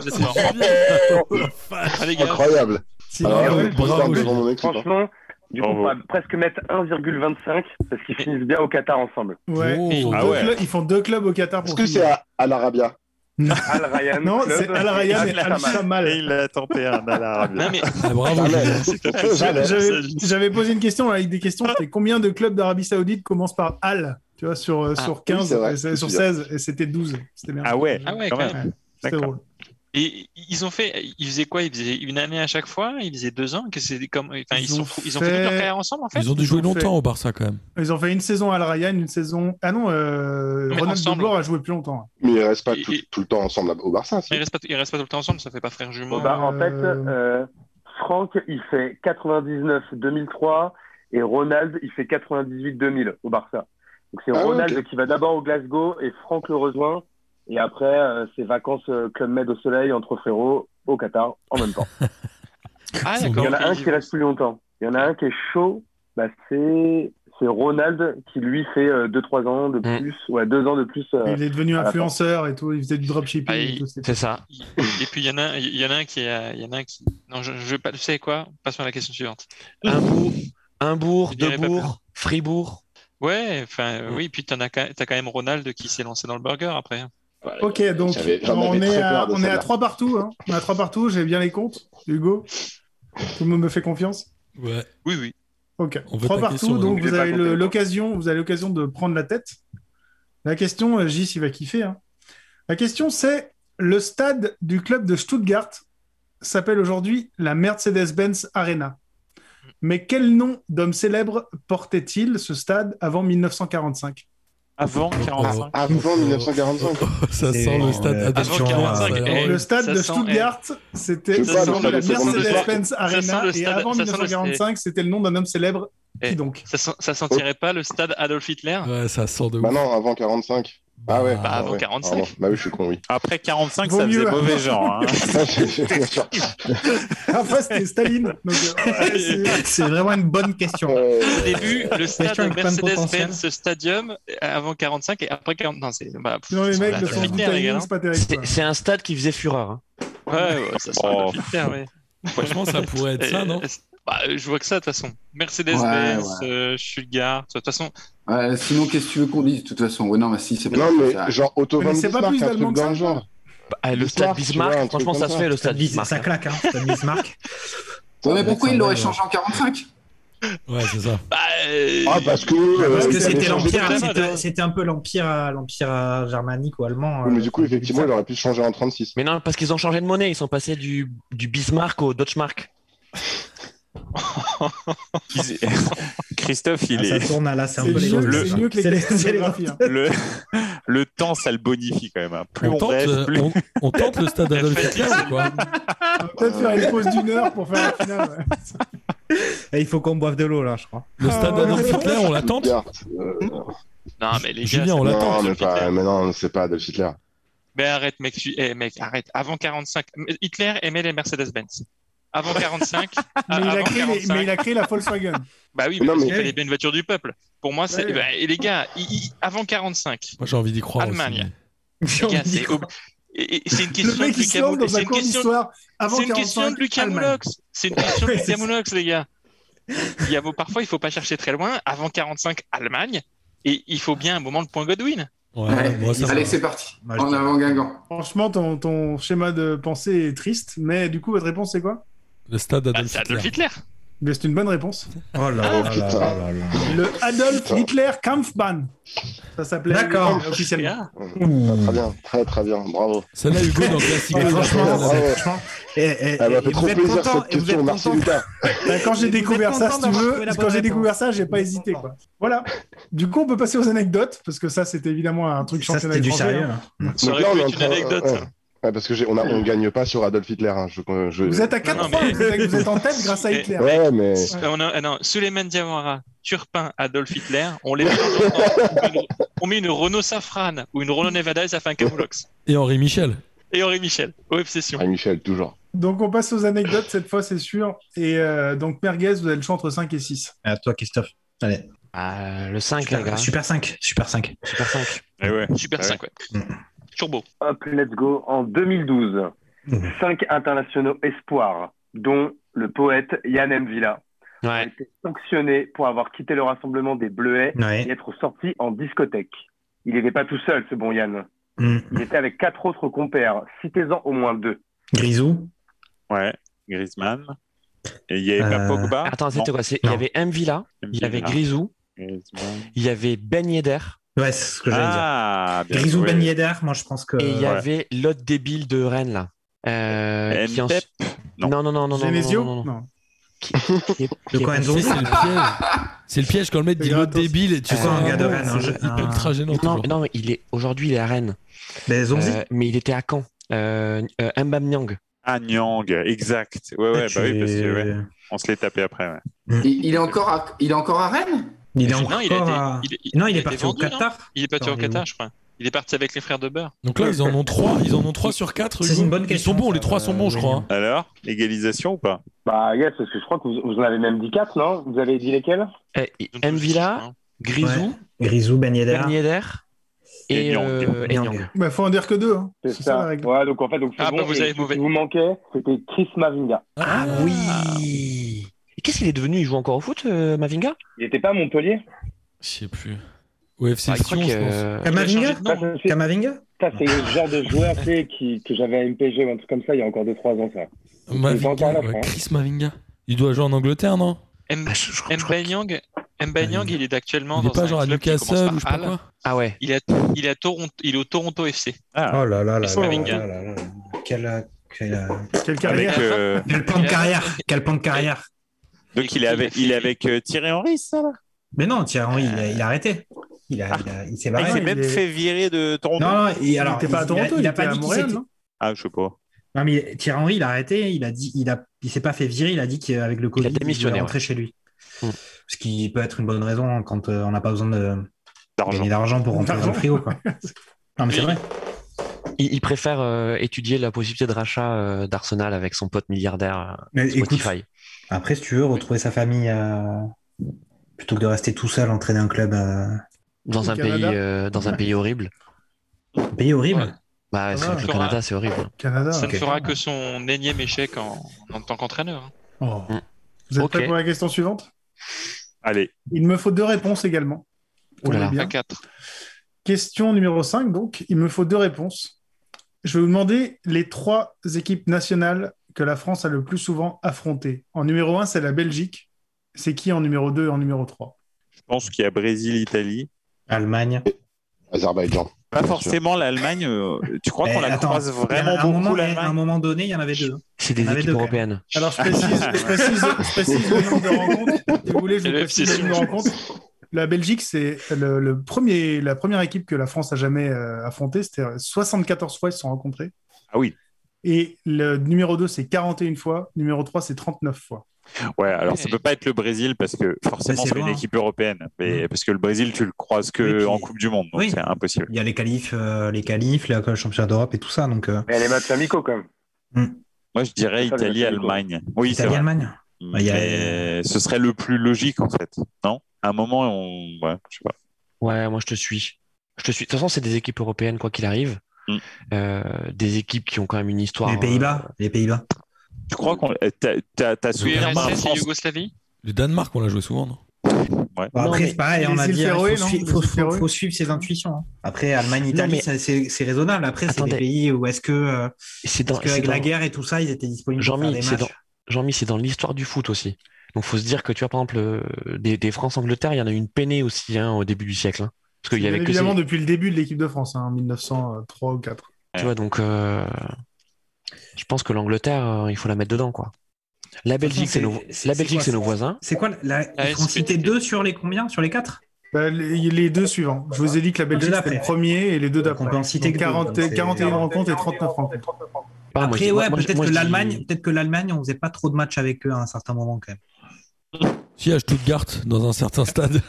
êtes forts. Ah, les gars,
incroyable.
Si,
Alors,
bravo,
ouais,
bravo.
Ah, bravo, devant mon équipe. hein.
Franchement, du coup,
Bravo.
on va presque mettre 1,25 parce qu'ils finissent bien au Qatar ensemble.
Ouais,
Oh.
Ils, font
Ah
deux
ouais.
clubs- ils font deux clubs au Qatar
Est-ce
pour
que c'est à, à l'Arabia
Al Ryan.
<laughs>
Non,
Club.
c'est Al <laughs> Ryan et Al
Et
Shamal.
il a tenté un à
<laughs>
l'Arabie.
non mais
Ah, bravo, Julien.
<laughs>
Jamais.
J'avais j'avais posé une question avec des questions c'était combien de clubs d'Arabie Saoudite commencent par Al Tu vois, sur, euh,
Ah,
sur
oui,
15,
c'est vrai,
et c'est-
c'est
sur
bien.
16, et c'était 12. C'était bien.
Ah ouais,
Ah ouais,
quand
quand
même.
même. C'était
D'accord.
drôle.
Et ils ont fait, ils faisaient quoi Ils faisaient une année à chaque fois Ils faisaient deux ans Que c'est comme, enfin, ils,
Ils
sont
ont
fous- ils ont fait toute leur
fait-
carrière ensemble en fait.
Ils ont dû jouer
Ils ont fait-
longtemps au Barça quand même.
Ils ont fait une saison à Al Ryan, une saison. Ah non, euh,
Mais
Ronald
ensemble.
Dubois a joué plus longtemps.
Mais ils restent pas
Et-
tout,
et-
tout le temps ensemble au Barça. si.
Ils restent pas, ils restent pas tout le temps ensemble. Ça fait pas frère jumeau.
Bon, bah, en fait,
Euh.
euh, Franck, il fait 99-2003 et Ronald, il fait 98-2000 au Barça. Donc c'est
Ah,
Ronald
ok.
qui va d'abord au Glasgow et Franck le rejoint. Et après, euh, ses vacances euh, Club Med au soleil entre frérots au Qatar en même temps.
Ah
Ils ont-
Il
d'accord.
y en a un qui reste plus longtemps. Il y en a un qui est chaud, bah, c'est c'est Ronald qui lui fait 2-3 ans de
Mm.
plus, ouais, 2 ans de plus. euh,
Il est devenu
ah,
à la
influenceur et tout, il faisait du dropshipping
Ah,
et
il-
tout. c'était-
C'est ça.
Et puis il y en a, un- il y en a un qui, est- il y en a un qui. Non, je, je vais pas. Tu sais quoi Passons à la question suivante.
Imbourg, Imbourg,
Je dirais pas
Debourg, Fribourg.
Ouais, enfin euh,
Mm.
oui. Puis t'en as, quand- t'as quand même Ronald qui s'est lancé dans le burger après.
Ok, donc
J'avais- j'en
on,
avais très
est à,
peur de
on est à
celle-là.
3 partout. hein. On est à 3 partout, j'ai bien les comptes. Hugo, tout le monde me fait confiance
Ouais.
Oui, oui.
Ok,
On veut
3
ta
partout,
question,
donc
Hugo.
vous
J'ai pas
avez
compté
le-
les
l'occasion vous avez l'occasion de prendre la tête. La question, euh, Gis, il va kiffer. hein. La question, c'est le stade du club de Stuttgart s'appelle aujourd'hui la Mercedes-Benz Arena. Mais quel nom d'homme célèbre portait-il ce stade avant 1945
Avant 45.
Ah, Avant <laughs> 1945.
Oh, <laughs> ça
C'est-
sent le stade
euh,
Adolf
Avant
Hitler,
45,
ça,
eh.
alors.
Le stade
ça
de
sent-
Stuttgart, c'était
Je
le
sais pas,
nom de
ça
la
sent le stade-
Mercedes-Benz
sent
Arena
le
et
stade-
avant
ça sent le stade-
1945, c'était le nom d'un homme célèbre.
Eh.
Qui donc
Ça, sent- ça sentirait pas le stade Adolf Hitler
Ouais, ça sent de ouf.
Bah non, avant 45. Bah, Ah ouais.
Bah,
ah
avant
ouais,
45.
pardon. Bah oui, je suis <laughs> con, oui.
Après 45,
Vaut
ça faisait
mieux.
mauvais genre.
<laughs>
hein.
Après, c'était Staline. Donc, euh, ouais, c'est-
C'est vraiment une bonne question.
Au début, le stade
Question avec plein de potentiel.
Mercedes-Benz Stadium euh, avant 45 et après 40. Non, c'est. Bah, pff,
les
c'est
mecs,
la
le hein. sens du
finale, les
timing,
gars,
c'est pas terrible.
C'est- C'est un stade qui faisait fureur. hein.
hein. Ouais, ouais, ça serait
Oh.
le filtre, ouais.
Franchement, ça pourrait être
<laughs>
ça, non
Euh, bah, euh, Je vois que ça, de toute façon. Mercedes-Benz, euh, Stuttgart. De toute façon,
Ouais, sinon, qu'est-ce que tu veux qu'on dise de toute façon Ouais, non, mais si, c'est pas
Non, mais
ça.
genre Auto
Mais
Van
c'est pas plus
Bismarck, un
allemand
truc
que ça.
dans le genre.
Ah, le
Bismarck, tu vois, un
stade Bismarck,
truc
franchement,
comme
ça se
ça.
fait le stade Bismarck.
Ça claque, hein, t'as mis Bismarck.
Ouais, mais pourquoi il l'aurait changé en 45
Ouais, c'est ça.
bah,
Ah, parce que.
Parce
euh,
que
il avait
c'était
changé de
l'empire,
mode.
c'était- c'était un peu l'empire, euh, l'empire euh, germanique ou allemand.
Oui,
euh,
Mais du coup, effectivement, il aurait pu se changer en 36.
Mais non, parce qu'ils ont changé de monnaie. Ils sont passés du, du Bismarck au Deutschmark.
<laughs> Christophe, il
Ah, Ça
est.
tourne à là, c'est un
C'est
peu les
mieux-
Gaules.
c'est mieux
que les
C'est les-
cartes
c'est les-
géographiques, <laughs> hein.
Le... <laughs> le temps, ça le bonifie quand même. hein. Plus on,
On tente,
reste,
le,
plus-
on, on tente le stade Adolf Hitler ou quoi
On va peut-être faire une pause d'une heure pour faire la finale. ouais.
Et Eh, Il faut qu'on boive de l'eau là, je crois.
Le stade Adolf Hitler, Eh, on l'attend
Non, mais les
Julien,
gars,
on
c'est-
l'attend.
euh, Non, mais, pas, mais non, c'est pas Adolf Hitler.
Mais arrête, mec, tu- eh, mec, arrête. Avant 45, Hitler aimait les Mercedes-Benz. Avant 45,
<laughs> Mais, il a
Ah, avant
créé les-
45,
mais il a créé la
<laughs>
Volkswagen.
bah oui, mais
Non,
parce
mais-
qu'il fallait bien une voiture du peuple. Pour moi, c'est
Ouais.
bah, et les gars, i- i- avant 45,
Moi, j'ai envie d'y croire.
Allemagne.
aussi.
les gars, c'est ob- et- et- c'est une
Le
question de
mec, il se
Lucas
lance
Mou-
dans
c'est
un
une
cours
question,
d'histoire avant
c'est une question
45,
de Lucas
Allemagne.
Moulox. C'est une question de
Ouais, c'est
Lucas
ça.
Moulox, les gars. Il y a, vos- parfois, il faut pas chercher très loin. Avant 45, Allemagne. Et il faut bien un moment le point Godwin.
Ouais,
Ouais.
moi, ça
Allez,
va.
c'est parti.
Moi, je
en
dis-
avant, Guingamp.
Franchement, ton, ton schéma de pensée est triste, mais du coup, votre réponse, c'est quoi
Le stade
Bah,
Adolf
c'est Adolf
Hitler.
Hitler.
Mais C'est une bonne réponse.
Ah,
Oh là là là là là là.
Le Adolf Hitler Kampfbahn. Ça s'appelait
D'accord.
euh, officiellement.
Mmh.
Très
Ah,
bien, très très bien, bravo.
Celle-là, Hugo,
<laughs>
dans Classico.
Mais
Ah,
franchement,
ouais.
euh,
c'est- franchement,
ah,
et- et-
Elle
et-
m'a Ah, bah, fait
et
trop
vous êtes
plaisir
content,
cette
et vous
question,
êtes
merci
content.
Lucas.
Bah, quand j'ai
Vous êtes
découvert ça,
content
si tu
d'avoir
veux,
trouvé la
quand
bonne
j'ai
réponse.
découvert ça, j'ai pas
Vous êtes
hésité.
content.
Quoi. Voilà. Du coup, on peut passer aux anecdotes, parce que ça, c'était évidemment un truc
Ça,
championnat
c'était du
étranger,
sérieux.
hein.
hein.
Ça
Donc
aurait
là,
pu
on est en
être une
train-
anecdate.
ouais. Ouais, parce que j'ai- on, a- on gagne pas sur Adolf Hitler. hein, je- je-
Vous êtes à 4
Non,
points,
mais-
vous êtes- vous êtes en tête grâce à
Mais-
Hitler.
Ouais, mais.
Euh, On a, ah non, Suleiman Diawara, Turpin, Adolf Hitler, on les met dans- on met une Renault Safran ou une Renault Nevada et ça fait un Camoulox.
Et Henri Michel.
Et Henri Michel, aux obsessions.
Ah, Michel, toujours.
Donc, on passe aux anecdotes cette fois, c'est sûr. Et euh, donc, Merguez, vous avez le choix entre 5 et 6.
À toi, Christophe. Allez,
Ah, le 5, les
hein.
gars.
super, super 5. Super 5.
Super 5.
Eh ouais.
Super
Ouais.
5, ouais. Turbo.
Hop, let's go. En 2012,
Mmh.
cinq internationaux espoirs, dont le poète Yann M. Villa, ont
Ouais.
été sanctionnés pour avoir quitté le rassemblement des Bleuets et
Ouais.
être sortis en discothèque. Il n'était pas tout seul, ce bon Yann.
Mm.
Il était avec quatre autres compères. Citez-en au moins deux.
Grisou.
Ouais. Griezmann. Et il y avait pas
Euh,
Pogba.
Attends,
Non,
c'était quoi c'est- Il y
Non.
avait M. Villa, il y avait
Villa,
Grisou,
Griezmann.
il y avait Ben Yedder
Ouais, c'est ce que j'allais dire.
Ah, bien
Grisou,
joué.
Ben Yedder, moi je pense que.
et il y
ouais.
avait l'autre débile de Rennes, là. Euh, qui en-
Ntep
non.
E Non.
non, non, non, non, non,
Genesio
non, non, non.
Non.
Qui- qui est- qui
De
est
quoi,
passé-
Tu
Enzo
sais, C'est le piège. C'est le piège quand le mec dit
Fais
l'autre
attention.
débile et tu
C'est
sens
quoi, un
un
gars de
mot,
Rennes, un
c'est
jeu-
hyper
un-
ultra gênant.
Non,
toujours.
non, mais il est aujourd'hui il est à Rennes,
Ben Zonzi.
Euh, mais il était à Caen. Euh, euh, Mbam Nyang.
Ah, Nyang, exact. Ouais, ouais,
Tu
bah oui, parce
es-
que ouais, on se l'est tapé après. ouais.
Il, il est encore à, il est encore à Rennes
Il est
Non,
encore.
il a été-
à-
il est- il-
Non, il
il a
est
été
parti au
vendu, non
Qatar.
Il est parti au
Attends, il est
Qatar, je crois. Il est parti avec les frères de Beurre.
Donc là, ils en ont 3. Ils en ont 3 sur 4.
C'est une bonne
Ils sont
question,
bons,
ça,
les 3 sont bons, je
euh,
crois. hein.
Alors, égalisation ou pas
Bah, yes, parce que je crois que vous, vous en avez même dit quatre, non Vous avez dit lesquels
Euh, il-
Ils ont
M.
tous-
Villa,
hein.
Grisou,
Grisou, Ben Yedder.
Ben Yedder
Et
et
Nyang.
euh, et
Nyang.
Nyang.
Il faut en dire que deux. hein.
C'est
C'est ça la
ça.
règle.
Ouais, donc en fait, donc c'est
Ah,
bon.
bah, vous
Et
avez mauvais.
ce qui vous manquait, c'était Chris Mavinga.
Ah oui Et Qu'est-ce qu'il est devenu Il joue encore au foot, euh, Mavinga
Il n'était pas à Montpellier
Je sais plus. Au FC
Ah, je crois
Sion,
que,
je pense.
euh,
Il a changé
Kamavinga
de
Ça,
nom, hein.
c'est-
Kamavinga
ça, c'est le genre de joueur tu sais, qui, que j'avais à MPG ou un truc comme ça il y a encore 2-3 ans. Ça.
Mavinga,
encore là,
ouais,
quoi.
Chris Mavinga. Il doit jouer en Angleterre, non
M.
ah, je- je- je crois
Mbaye Nyang, Mbaye Nyang, il est actuellement
Il est
dans
pas
un
genre à
club qui commence
Newcastle
par
ou je sais pas
Al.
quoi
Ah ouais.
Il est, il, est à Toronto, il est au Toronto FC.
Ah,
Oh là là là
Chris
là
Mavinga.
là là là là. Quel, euh, quel,
Quelle
avec,
carrière
euh,
quel plan de carrière Quel plan de carrière
donc il est avec, il est avec euh, Thierry Henry, ça là
Mais non, tiens, Henry, il a, il a arrêté. Il, a,
Ah.
il, a- Bah il s'est
Ah, Il
barré.
s'est
il
même
est-
fait virer de Toronto.
Non, non, et
Il
alors,
était pas à Toronto,
a-
il
a
était
pas
à
dit qu'il
Montréal,
s'était-
non
Ah, je sais pas.
Non, mais Thierry Henry, il a arrêté, il a dit, il a, il s'est pas fait virer, il a dit qu'avec le Covid, il
démissionné,
voulait rentrer chez lui.
Mm.
hein, Ce qui peut être une bonne raison quand euh, on n'a pas besoin de, Gagner d'argent pour remplir le frigo, <laughs> quoi. Non, mais c'est vrai.
Il, il préfère euh, étudier la possibilité de rachat euh, d'Arsenal avec son pote milliardaire euh,
Mais écoute,
Spotify.
Après, si tu veux retrouver sa famille euh, plutôt que de rester tout seul, entraîner un club euh,
dans un pays, euh, dans un pays horrible.
un pays horrible.
Bah, c'est vrai que le Canada, c'est horrible.
Canada.
ça
Ah, ok.
ne fera que son énième échec en, en tant qu'entraîneur. hein.
Oh.
Mm.
Vous êtes prêts pour la question suivante
Allez.
Il me faut deux réponses également.
Ouh là là.
Bien.
Pas quatre.
Question numéro 5, donc, il me faut deux réponses. Je vais vous demander les trois équipes nationales que la France a le plus souvent affrontées. En numéro 1, c'est la Belgique. C'est qui en numéro 2 et en numéro 3
Je pense qu'il y a Brésil, Italie.
Allemagne.
Azerbaïdjan.
Pas
Bien
forcément l'Allemagne. euh, Tu crois
Eh,
qu'on la
attends,
croise
à
vraiment
un moment,
beaucoup
à un
l'Allemagne
moment donné, il y en avait deux.
C'est
Il y
des
en avait
équipes
deux, quand même.
européenne.
Alors, je précise, je précise- je précise le nombre de rencontres. Si vous voulez, je vous
Et
précise le
l'obsession,
nombre de
je
rencontres. La Belgique, c'est le, le premier, la première équipe que la France a jamais euh, affrontée. C'était 74 fois, ils se sont rencontrés.
Ah oui.
Et le numéro 2, c'est 41 fois. Numéro 3, c'est 39 fois.
Ouais, alors ça peut pas être le Brésil parce que forcément
Mais c'est
c'est une
loin.
équipe européenne. Mais parce que le Brésil, tu le croises
Mais
que
puis-
en Coupe du Monde, donc
Oui.
c'est impossible.
Il y a les qualifs, euh, les qualifs, la- le championnat d'Europe et tout ça. Donc, euh,
Mais les matchs amicaux, quand même.
Moi, je dirais
C'est ça, le
Italie,
Brésil, quoi.
Allemagne. Oui, c'est
Italie,
vrai.
Allemagne. Bah, il y a-
Mm, Mais ce serait le plus logique en fait, non À un moment, on, ouais, je sais pas.
Ouais, moi je te suis. Je te suis. De toute façon, c'est des équipes européennes, quoi qu'il arrive.
Mm.
Euh, des équipes qui ont quand même une histoire. euh,
les Pays-Bas.
euh,
Les Pays-Bas.
Tu crois qu'on euh, t'as- t'as t'as souvenir d'un
URSS et
France
Yougoslavie
Le Danemark, on l'a joué souvent, non
Bon,
Non,
après,
mais
c'est pareil, on
les
a
îles
dit, il faut,
Féroé, non
suivre-
Les
faut-
îles
faut-
Féroé
faut suivre ses intuitions. hein. Après, Allemagne,
Non,
Italie,
mais-
ça, c'est c'est raisonnable. Après, c'est des
Attendez.
pays où est-ce que, euh,
Et C'est dans,
parce que
c'est
avec la
dans-
guerre et tout ça, ils étaient disponibles pour faire
Jean-Mi,
des
c'est
matchs.
dans, Jean-Mi, c'est dans l'histoire du foot aussi. Donc faut se dire que tu vois, par exemple, euh, des, des France-Angleterre, il y en a eu une peinée aussi hein, au début du siècle. hein. parce qu'il y avait que ces-
évidemment depuis le début de l'équipe de France, hein, 1903 ou 4.
Tu vois, donc euh, je pense que l'Angleterre, euh, il faut la mettre dedans, quoi. La Belgique,
c'est-
c'est nos,
c'est-
la
c'est
Belgique,
quoi,
c'est
ça
nos voisins.
C'est quoi la,
Ah,
ils font
c'est-
citer deux sur les combien Sur les quatre
Bah, les, les deux suivants. Je vous ai dit que la Belgique
Deux
c'était le
d'après.
premier et les deux
Donc,
d'après.
on peut en citer
Donc,
que deux,
40
donc c'est-
41 rencontres et 39 rencontres.
Ah, moi, je
Après,
dis-
ouais,
moi, je-
peut-être
moi,
que
je dis-
l'Allemagne, peut-être que l'Allemagne, on faisait pas trop de matchs avec eux à un certain moment quand même.
Si, à Stuttgart, dans un certain stade.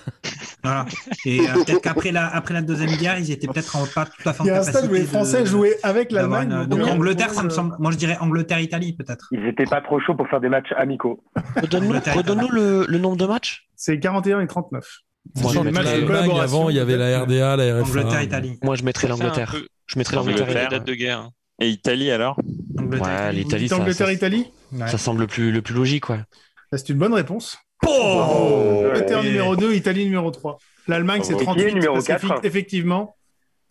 Voilà. Et euh, peut-être qu'après la, après la deuxième guerre, ils étaient peut-être en- pas tout à fait en
Il y a un
capacité.
stade où les
de-
Français jouaient avec
d'avoir
l'Allemagne.
une-
donc,
Donc
euh,
Angleterre, ça me
euh,
semble. Moi, je dirais Angleterre-Italie peut-être.
Ils étaient pas trop chauds pour faire des matchs amicaux.
Redonne-nous
Angleterre.
redonne-nous le, le nombre de matchs.
C'est 41 et 39.
Moi, je
Sachant que
mettrais-
l'Allemagne, avant, il y avait la RDA, la RFA.
Angleterre-Italie.
Moi, je mettrais
Ça fait un
l'Angleterre.
peu-
Je mettrais
ça fait un peu
l'Angleterre.
la date de guerre. hein.
et Italie alors
Ouais,
Angleterre-Italie.
l'Italie,
Dites
ça,
Angleterre,
ça,
Italie.
Ouais.
ça semble le plus, le plus logique, ouais.
Bah, C'est une bonne réponse.
Oh
Angleterre
Ouais.
numéro 2, Italie numéro 3. L'Allemagne, c'est
Et qui est
38.
numéro
parce
quatre
qu'effi- Effectivement,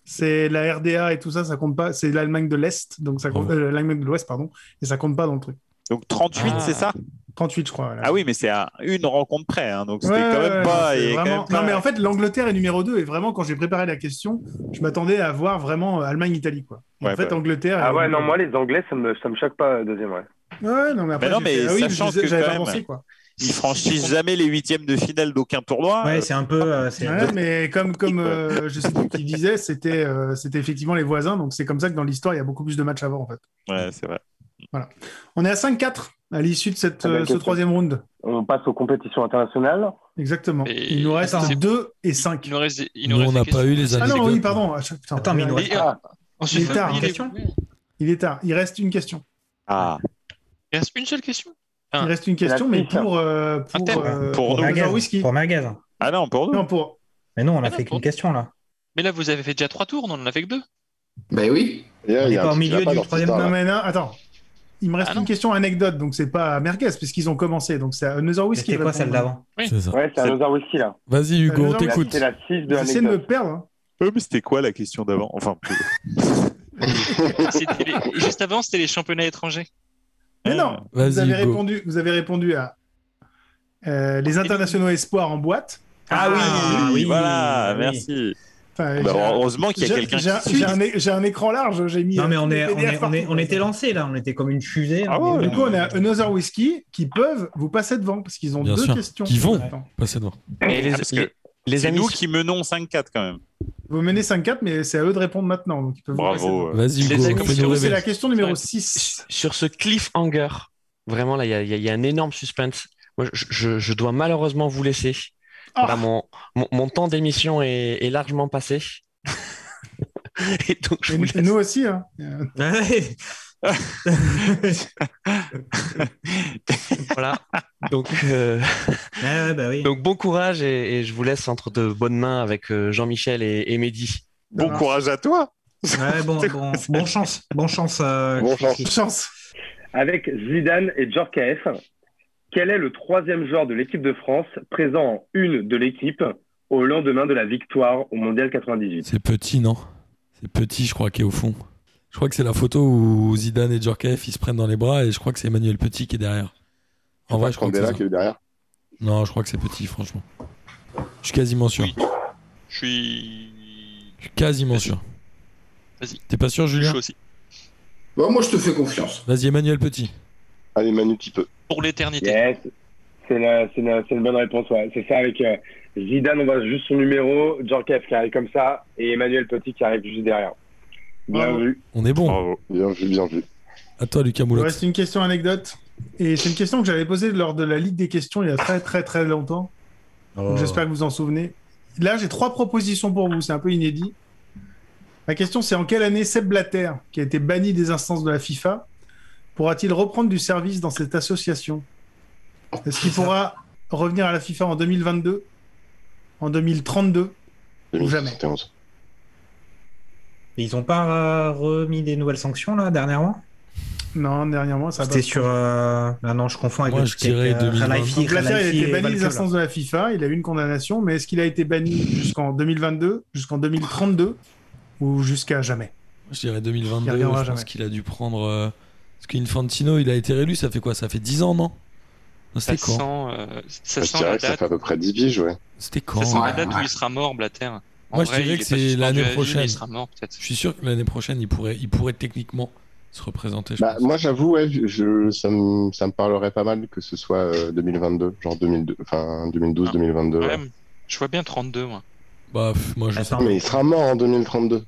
c'est la RDA et tout ça, ça compte pas. C'est l'Allemagne de l'Est, donc ça compte.
Bravo.
euh, L'Allemagne de l'Ouest, pardon, et ça compte pas dans le truc.
Donc 38,
Ah.
c'est ça
38, je crois. voilà.
Ah oui, mais c'est à une rencontre près, hein, donc c'était
Ouais,
quand
ouais,
même pas.
non, c'est
et quand
vraiment-
même pas-
Non, mais en fait, l'Angleterre est numéro 2. Et vraiment, quand j'ai préparé la question, je m'attendais à voir vraiment euh, Allemagne-Italie. quoi. Et en
Ouais,
fait,
bah.
Angleterre.
Ah
est-
ouais, non, moi, les Anglais, ça me, ça me choque pas, euh, deuxième, ouais.
Ouais, non, mais après,
Mais non,
j'ai
mais
fait, ah oui,
sachant
je-
que
j'avais
quand
pas
même-
pensé, quoi.
Ils franchissent jamais les huitièmes de finale d'aucun tournoi.
Ouais, c'est un peu. euh, c'est-
Ouais, mais comme,
<laughs>
comme euh, je sais plus qui disait, c'était euh, c'était effectivement les voisins. Donc c'est comme ça que dans l'histoire, il y a beaucoup plus de matchs avant en fait.
Ouais, c'est vrai.
On est à 5-4 à l'issue de cette,
Ah ben,
euh, ce
question.
troisième round.
On passe aux compétitions internationales.
Exactement.
Et-
Il nous reste
Attends.
2 et
Il
5.
nous reste des- il nous
Nous,
reste
on
des
n'a
questions.
pas eu les années.
Ah non, oui, pardon. Ah, je- putain,
Attends, mais il nous
Et,
reste-
ah, ensuite,
Il est tard,
il,
hein.
question
il est tard. Il reste une question.
Ah,
il reste une seule question.
Il
Ah.
reste une question, mais
six, hein.
pour. euh,
Un
pour,
thème.
euh,
Pour
pour
nous.
Roger
Merguez.
Whisky.
Pour Merguez.
ah non, pour nous.
Non, pour.
Mais non, on a
Ah non,
fait qu'une
pour-
question là.
Mais là, vous avez fait déjà trois tours, on en a fait que deux.
Ben oui.
sûr.
On
Il y
est
a un
pas au
truc
milieu
qui va pas
du
dans cette
troisième
Ah,
histoire-là.
Non, mais non, attends. Il me reste
Ah non.
une question anecdote, donc c'est pas à Merguez, puisqu'ils ont commencé. Donc c'est à Another Whisky.
C'était
de
quoi
répondre.
celle d'avant
C'est ça.
Ouais, c'est un Lothar Whisky, là.
Vas-y, Hugo, on
Allez,
Là,
t'écoute.
C'est la 6 de
Vous essayez de me
l'anecdote.
perdre. hein.
Euh, mais c'était quoi la question d'avant Enfin,
C'était
<laughs>
les- Juste avant, c'était les championnats étrangers.
Mais
Ah.
non, vous
Vas-y,
avez,
Hugo.
répondu, vous avez répondu à euh, les internationaux espoirs en boîte.
ah oui,
Ah oui,
voilà,
oui.
merci.
Enfin,
Bah,
j'ai-
heureusement qu'il y a
j'ai-
quelqu'un
j'ai-
qui suit.
J'ai un, é- j'ai un écran large, j'ai mis. euh,
Non, mais on
des
est, on
PDF
est, on
partout,
est, on
quoi.
était lancé là. On était comme une fusée.
Ah
on est-
ouais,
Du coup,
<laughs>
on est à Another Whisky qui peuvent vous passer devant parce qu'ils ont
Bien
deux
sûr.
questions.
Qui vont.
Attends.
Passez devant.
Et les,
Ah, parce que
les- les
C'est
amis,
nous qui menons 5-4 quand même.
Vous menez 5-4, mais c'est à eux de répondre maintenant. Donc ils peuvent vous passer devant.
Bravo.
Vas-y,
Les
Hugo,
amis,
fais-nous
C'est
rêver.
la question numéro
Ouais.
6.
sur ce cliffhanger, vraiment, là, il y a, il y a- il y a un énorme suspense. Moi, je, je- je dois malheureusement vous laisser. Voilà, mon, mon, mon temps d'émission est, est largement passé. <laughs> Et donc, je vous
<laughs> Nous aussi, hein.
voilà. Donc, euh,
bah
donc bon courage et, et je vous laisse entre de bonnes mains avec euh, Jean-Michel et, et Mehdi.
Bon courage à toi.
Ouais, bon, bon, bon chance, bon chance. euh, Christy.
Avec Zidane et Djorkaeff, quel est le troisième joueur de l'équipe de France présent en une de l'équipe au lendemain de la victoire au Mondial 98
C'est petit, non C'est petit, je crois, qui est au fond. Je crois que c'est la photo où Zidane et Djorkaeff ils se prennent dans les bras et je crois que c'est Emmanuel Petit qui est derrière. En vrai, je crois que c'est
Candela
ça.
qui est derrière.
Non, je crois que c'est Petit, franchement. Je suis quasiment sûr.
Je suis.
Je suis quasiment sûr.
Vas-y.
T'es pas sûr, Julien
aussi.
Bah, moi, je te fais confiance.
Vas-y, Emmanuel Petit.
Allez, Manu, petit peu.
Pour l'éternité.
Yes, c'est la- c'est une, c'est une bonne réponse. ouais. C'est ça avec euh, Zidane, on va juste son numéro, Djorkaeff qui arrive comme ça et Emmanuel Petit qui arrive juste derrière. Bien vu.
On est bon.
Oh.
Bien vu, bien vu.
À toi, Lucas
Il
Moulox.
reste une question anecdote. Et c'est une question que j'avais posée lors de la Ligue des questions il y a très très très longtemps.
Oh.
Donc, J'espère que vous en souvenez. Là, j'ai trois propositions pour vous. C'est un peu inédit. La question, c'est en quelle année Seb Blatter, qui a été banni des instances de la FIFA, pourra-t-il reprendre du service dans cette association Est-ce qu'il pourra revenir à la FIFA en 2022 En 2032 Ou jamais
2011.
Ils n'ont pas euh, remis des nouvelles sanctions là dernièrement
Ah, bah, Non, dernièrement, ça a
C'était
pas-
sur. euh, Ah non, je confonds avec.
Moi,
le
je
truc
dirais
avec, euh,
2020.
Khalifi-
Donc Blatter, il a été
Khalifi et
banni des
Valkul.
instances de la FIFA, il a eu une condamnation, mais est-ce qu'il a été banni jusqu'en 2022, jusqu'en 2032 ou jusqu'à jamais
Je dirais
Il
2022. Je
reviendra
pense
jamais.
qu'il a dû prendre. euh, Parce qu'Infantino, il a été réélu, ça fait quoi Ça fait 10 ans, non Non,
Ça
C'était
sent,
quand
euh, ça
Bah,
sent
je dirais
la
que ça
date,
fait à peu près 10 piges, ouais.
C'était
ça
quand
sent la date où il sera mort, Blatter. En
Moi, je
vrai,
dirais
il
que
est pas
c'est
suspendu à
l'année
vie, mais
prochaine.
Il sera mort, peut-être.
Je suis sûr que l'année prochaine, il pourrait, il pourrait techniquement se représenter. je
Bah,
pense.
moi, j'avoue, ouais, je- je, ça, me, ça me parlerait pas mal que ce soit euh, 2022, genre 2002, enfin 2012,
Ah.
2022. ouais.
Ouais, mais je vois bien 32, moi.
Bah, pff, moi, je sais
Attends.
Mais il sera mort en 2032.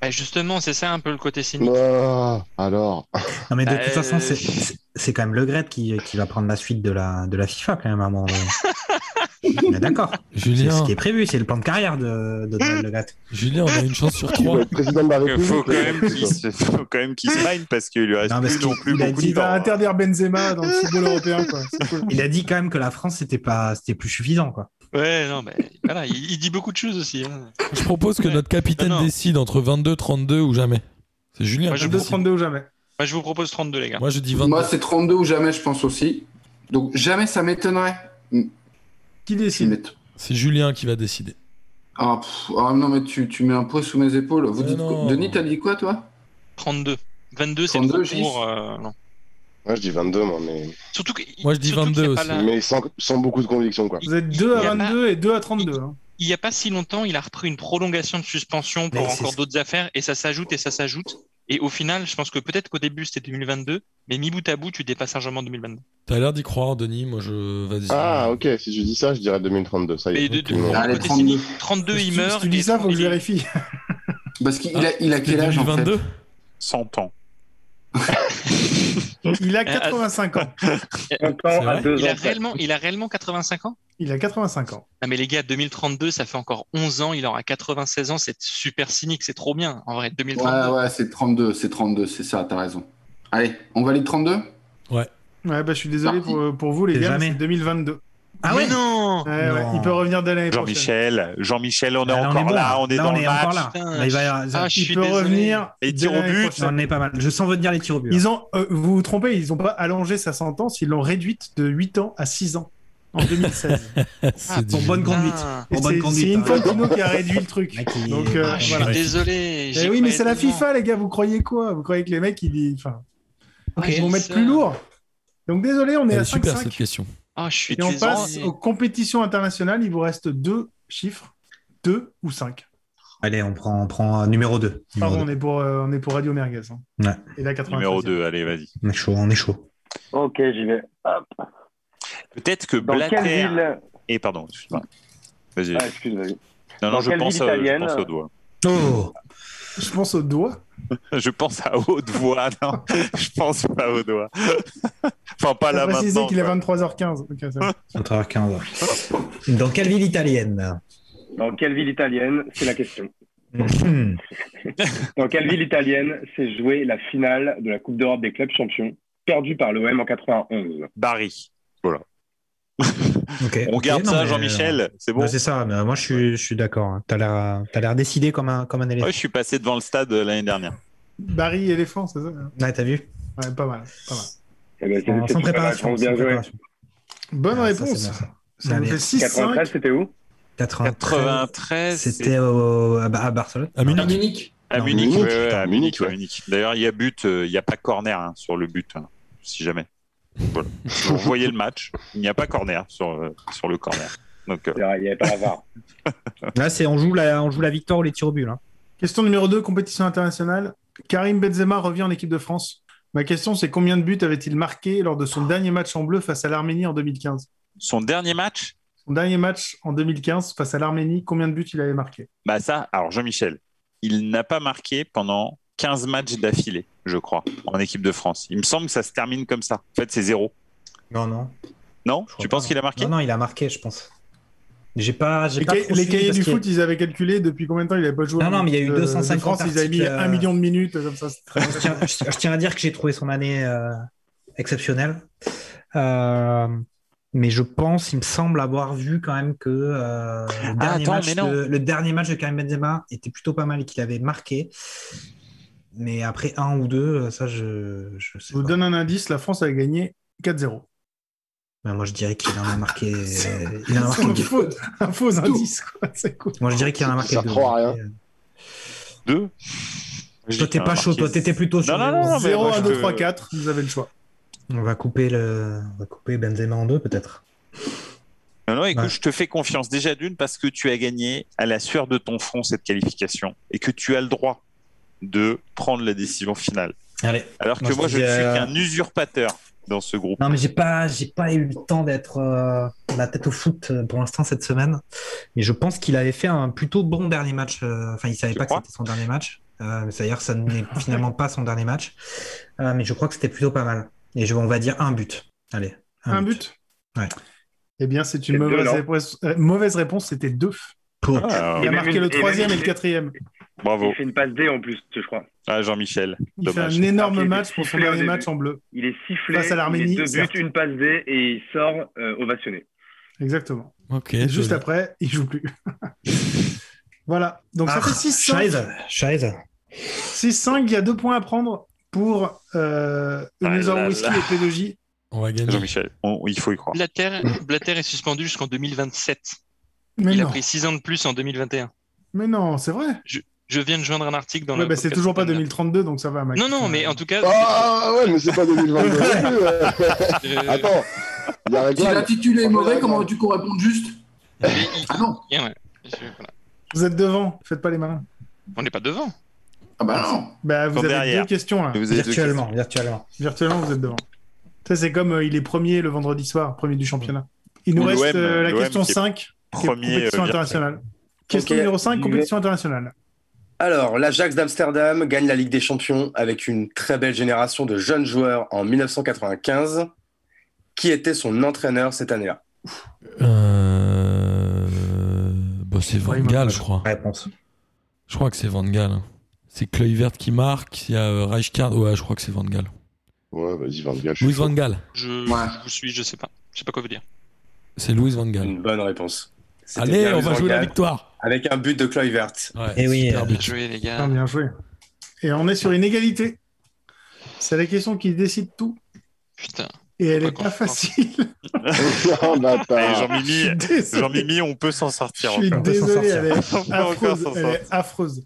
Bah, justement, c'est ça un peu le côté cynique.
Ouah, Oh, alors,
Non, mais de
Euh,
toute façon, c'est- c'est c'est quand même Le Gret qui, qui va prendre la suite de la, de la FIFA quand même à un moment. donné. On est d'accord. C'est ce
Julien,
qui est prévu, c'est le plan de carrière de, de Noël Le Gret.
Julien, on a une chance
<laughs>
sur
qui va
3.
être président de la
Il
République
faut quand même
euh,
qu'il se, faut quand même qu'il se mine parce qu'il lui reste
Non, parce
plus non
qu'il-
plus
il a
beaucoup
dit, bah,
de
Il va
temps.
interdire Benzema dans le football européen, quoi. C'est cool.
Il a dit quand même que la France, c'était pas, c'était plus suffisant, quoi.
Ouais, non, mais voilà, il, il dit beaucoup de choses aussi. hein.
Je propose que
Ouais.
notre capitaine
Non, non.
décide entre 22, 32 ou jamais. C'est Julien.
Moi,
qui
<laughs> je
22,
décide.
32 ou jamais.
Moi, je vous propose 32, les gars.
Moi, je dis 22.
Moi, c'est 32 ou jamais, je pense aussi. Donc, jamais, ça m'étonnerait.
Qui
Tu
décide
mets-
C'est Julien qui va décider.
Ah, pff, ah, non, mais tu, tu mets un poids sous mes épaules. Vous
Mais
dites
non.
quoi- Denis, t'as dit quoi, toi
32. 22, c'est
32,
trop court. euh, non.
Moi, je dis 22, moi, mais,
Surtout que,
Moi, je dis
surtout qu'il y a
22
pas
aussi.
la-
mais sans, sans beaucoup de conviction, quoi.
Il-
Vous êtes
il-
2
il y
à
a
22 et 2 à 32. hein.
Il n'y a pas si longtemps, il a repris une prolongation de suspension pour
Mais c'est
encore
ce-
d'autres affaires et ça s'ajoute et ça s'ajoute. Et au final, je pense que peut-être qu'au début c'était 2022, mais mi bout à bout, tu dépasses largement 2022.
T'as l'air d'y croire, Denis. Moi, je. Vas-y.
Ah, ok, si je dis ça, je dirais 2032, ça y
Mais
est.
de- de-
tout le monde.
Ah,
Allez,
côté
32.
cynique, 32,
Si-
il
si
meurt.
tu dis
et
ça, faut que je
il- <laughs>
vérifie.
Parce qu'il a, il a
C'était
quel âge, en fait
2022
100 hein. ans.
Il
Euh,
a 85 ans.
5
C'est
ans
vrai
à 2
il a
ans.
réellement, il a réellement 85 ans
Il a 85 ans.
Non mais les gars, 2032, ça fait encore 11 ans, il aura 96 ans, c'est super cynique, c'est trop bien. En vrai, 2032.
Ouais, ouais, c'est 32, c'est 32, c'est ça, t'as raison. Allez, on valide 32
Bah,
Ouais, bah, je suis désolé pour, pour vous, les
C'est
gars, mais
jamais.
c'est 2022.
Ah ouais
Mais non
Ouais, ouais,
Non.
Il peut revenir dès l'année prochaine.
Jean-Michel, Jean-Michel, on est
Ah, Là,
encore
bon,
là, on est
Là,
dans le match.
encore là.
Putain,
Là, il va y avoir-
Ah, je
Il
suis
peut
désolé.
revenir.
Et
dès
tir au
l'année
but.
prochaine.
on est pas mal. Je sens venir les tirs au but. hein.
Ils ont, euh, vous vous trompez, ils n'ont pas allongé sa sentence, ils l'ont réduite de 8 ans à 6 ans en
<laughs>
2016.
<laughs>
Ah,
C'est
pour
du-
bonne conduite.
Ah,
Et
Pour bonne
c'est c'est
conduite. hein.
Infantino qui a réduit le
<laughs>
truc.
Mec, il-
Donc, euh,
je suis
voilà. Eh
désolé. j'y
oui, mais
croyais
c'est la
tellement.
FIFA, les gars, vous croyez quoi Vous croyez que les mecs, ils, disent- enfin,
Ok.
ils vont
J'ai
mettre
ça.
plus lourd Donc désolé, on est
Elle
à
est super cette
5-5.
question.
Ah, je suis
Et on
désolé.
passe aux compétitions internationales, il vous reste deux chiffres, 2 ou 5.
Allez, on prend, on prend euh, numéro 2.
Pardon, on est pour, euh, on est pour Radio Merguez. hein.
Ouais.
Et la 93.
Numéro 2, allez, vas-y.
On est chaud, on est chaud.
Ok, j'y vais. Hop.
Peut-être que
Dans quelle
Blatter.
ville
Et pardon, excuse-moi. Vas-y.
Ah, excuse, vas-y.
non,
dans
non, je
quelle
pense,
ville
euh, je
italienne
pense au doigt.
Oh
Je pense au doigt.
Je pense à haute voix,
<laughs>
non Je pense pas au doigt. enfin, pas là
T'as précisé
maintenant.
qu'il est 23h15. Ok, c'est
<laughs>
bon.
23h15. Dans quelle ville italienne
Dans quelle ville italienne C'est la question.
Hmm.
Dans quelle ville italienne s'est jouée la finale de la Coupe d'Europe des clubs champions, perdue par l'OM en 91
Barry. Voilà.
Ok.
On garde
Ok, non,
ça,
mais-
Jean-Michel, c'est bon
Ouais, C'est ça, mais euh, moi je suis, je suis d'accord. hein. T'as l'air, euh, t'as l'air décidé comme un, comme un éléphant.
Ouais, je suis passé devant le stade euh, l'année dernière.
Barry éléphant, c'est ça hein. Ouais,
Ouais, t'as vu
pas mal. Pas mal.
Bah,
c'est-
Sans-
c'est
Sans
super
préparation.
réponse, bien
sans
joué.
préparation.
Bonne
Ah, ça,
réponse.
c'est
Ça,
bon, ça.
nous
Allez.
fait 6-5.
93, c'était où
93.
C'était au- à Ba- à Barcelone.
À Munich.
À
Non,
Munich,
Munich,
ouais, ouais,
putain,
à
Munich,
Munich, ouais,
ouais.
Munich. D'ailleurs, il y a but, euh, il n'y a pas corner hein, sur le but, hein, si jamais. Voilà. <laughs> Si vous
<laughs>
voyez le match, il n'y a pas corner sur, euh, sur le corner. Donc, euh,
C'est vrai, Il n'y avait pas la VAR.
Là, c'est, on, joue la, on joue la victoire ou les tirs au but. là.
Question numéro 2, compétition internationale. Karim Benzema revient en équipe de France. Ma question, c'est combien de buts avait-il marqué lors de son dernier match en bleu face à l'Arménie en 2015
son dernier match,
Son dernier match en 2015 face à l'Arménie, combien de buts il avait marqué
bah ça, alors Jean-Michel, il n'a pas marqué pendant 15 matchs d'affilée, je crois, en équipe de France. Il me semble que ça se termine comme ça. En fait, c'est zéro.
Non, non.
Non
Je crois
Tu
pas,
penses
non.
qu'il a marqué
Non, non, il a marqué, je pense. J'ai pas. J'ai
Les,
pas
ca- les
trop suivi
cahiers
parce
du
qu'il-
foot, ils avaient calculé depuis combien de temps il n'avait pas joué
Non,
en
non, mais il y a eu
équipe de- de
250
France, ils avaient mis
articles, euh,
1 million de minutes, comme ça. c'est très-
je, tiens, je- je tiens à dire que j'ai trouvé son année euh, exceptionnelle. Euh, mais je pense, il me semble avoir vu quand même que euh, le,
Ah,
dernier
attends,
match
mais non.
de, le dernier match de Karim Benzema était plutôt pas mal et qu'il avait marqué. Mais après un ou deux, euh, ça je, je sais
Je vous
pas.
donne un indice, la France a gagné 4-0.
Mais Bah, moi je dirais qu'il en
<laughs>
a marqué. il en a
C'est
marqué
un
deux.
faux, un faux indice, quoi. C'est cool.
Moi je dirais qu'il en a marqué
Ça
deux. Euh,
croit à rien.
Deux
Toi t'es pas chaud, toi t'étais plutôt chaud.
Non, non, non, non, mais
0,
moi,
1,
je
2,
peux-
3, 4, vous avez le choix.
On va couper le, on va couper Benzema en deux peut-être.
Non, non, écoute,
Ouais.
je te fais confiance déjà d'une parce que tu as gagné à la sueur de ton front cette qualification et que tu as le droit de prendre la décision finale.
Allez.
Alors
Moi,
que
je
moi, je ne
dis,
suis
euh,
qu'un usurpateur dans ce groupe.
Non, mais j'ai pas, j'ai pas eu le temps d'être euh, la tête au foot euh, pour l'instant cette semaine. Mais je pense qu'il avait fait un plutôt bon dernier match. euh, Enfin, il savait
Tu
pas que
crois
c'était son dernier match. Euh, C'est-à-dire que ça n'est <laughs> finalement pas son dernier match. Euh, mais je crois que c'était plutôt pas mal. Et je, on va dire un but. Allez.
Un but
Ouais.
Eh bien, c'est une
C'est deux,
mauvaise,
non
réponse. euh, mauvaise réponse, c'était deux.
Pour-
Ah,
Il a
même
marqué
une-
le
et même
troisième et
une-
le quatrième.
<laughs> bravo.
Il fait une passe D en plus, je crois.
Ah, Jean-Michel,
Il fait
dommage.
un énorme
Ah, il
match
est
pour son
sifflé au
dernier
début.
match en bleu.
Il est sifflé.
Face à l'Arménie,
il est deux
certes.
buts, une passe D et il sort euh, ovationné.
Exactement.
Ok.
Et juste
joli.
après, il joue
<laughs>
plus. voilà. Donc ça
Ah,
fait 6-5.
Scheiße, scheiße.
6-5, il y a deux points à prendre pour euh,
Ah
User
là
Whisky
là.
et P2J.
On va gagner.
Jean-Michel, on- il faut y croire.
Blatter, Blatter est suspendu jusqu'en 2027.
Mais
Il
non,
a pris 6 ans de plus en 2021.
mais non, c'est vrai.
Je viens de joindre un article dans
Ouais,
le.
bah, c'est
podcast
toujours pas
Twitter.
2032, donc ça va. Max.
Non, non, mais en tout cas,
Ah ouais, mais c'est pas 2022. non plus, euh.
<laughs> euh,
Attends, il y a un
Si
gars.
l'intitulé est
on
mauvais,
verra
comment
bien.
veux-tu qu'on réponde juste
mais Bah, il-
Ah non
il- ouais, je- voilà.
Vous êtes devant, faites pas les malins.
on n'est pas devant.
Ah bah non
Bah, vous
Sont
avez
derrière.
deux questions là.
Vous avez deux
Virtuellement, virtuellement.
Virtuellement, vous êtes devant. Ça, c'est comme euh, il est premier le vendredi soir, premier du championnat. Il nous
Ou
reste
l'OM,
euh, la
l'OM
question
qui est
5, qui est
premier, euh,
compétition
virtuel.
internationale. Question
Ok.
numéro 5, compétition internationale.
Alors, l'Ajax d'Amsterdam gagne la Ligue des Champions avec une très belle génération de jeunes joueurs en 1995. Qui était son entraîneur cette année-là
Euh... Bah, c'est Van
Ouais, il m'a
Gaal,
pas-
je crois.
Réponse.
Je crois que c'est Van Gaal. hein. C'est Kluivert qui marque. Il y a euh, Rijkaard. Ouais, je crois que c'est Van Gaal.
Ouais, vas-y, Van Gaal. je suis
Louis
chaud.
Van Gaal.
Je,
Ouais.
je vous suis, je sais pas. Je sais pas quoi vous dire.
C'est Louis Van Gaal.
Une bonne réponse. C'était
Allez,
bien
on
le
va jouer la
Zorgan,
victoire.
Avec un but de Kluivert.
Ouais,
Eh oui,
super
euh,
but.
Jouez les
Ah,
gars.
bien joué. Et on est sur une égalité. C'est la question qui décide tout.
Putain.
Et elle
Ouais,
est
quand
pas
je pense.
facile.
<laughs> Oh,
Eh,
Allez,
bâtard.
<laughs> Ah, Je suis
Eh, Jean-Mimi,
désolé.
Jean-Mimi, on peut s'en sortir.
Je suis eh.
on peut s'en
désolé,
sortir.
elle est
On peut encore
affreuse.
s'en
Elle est affreuse.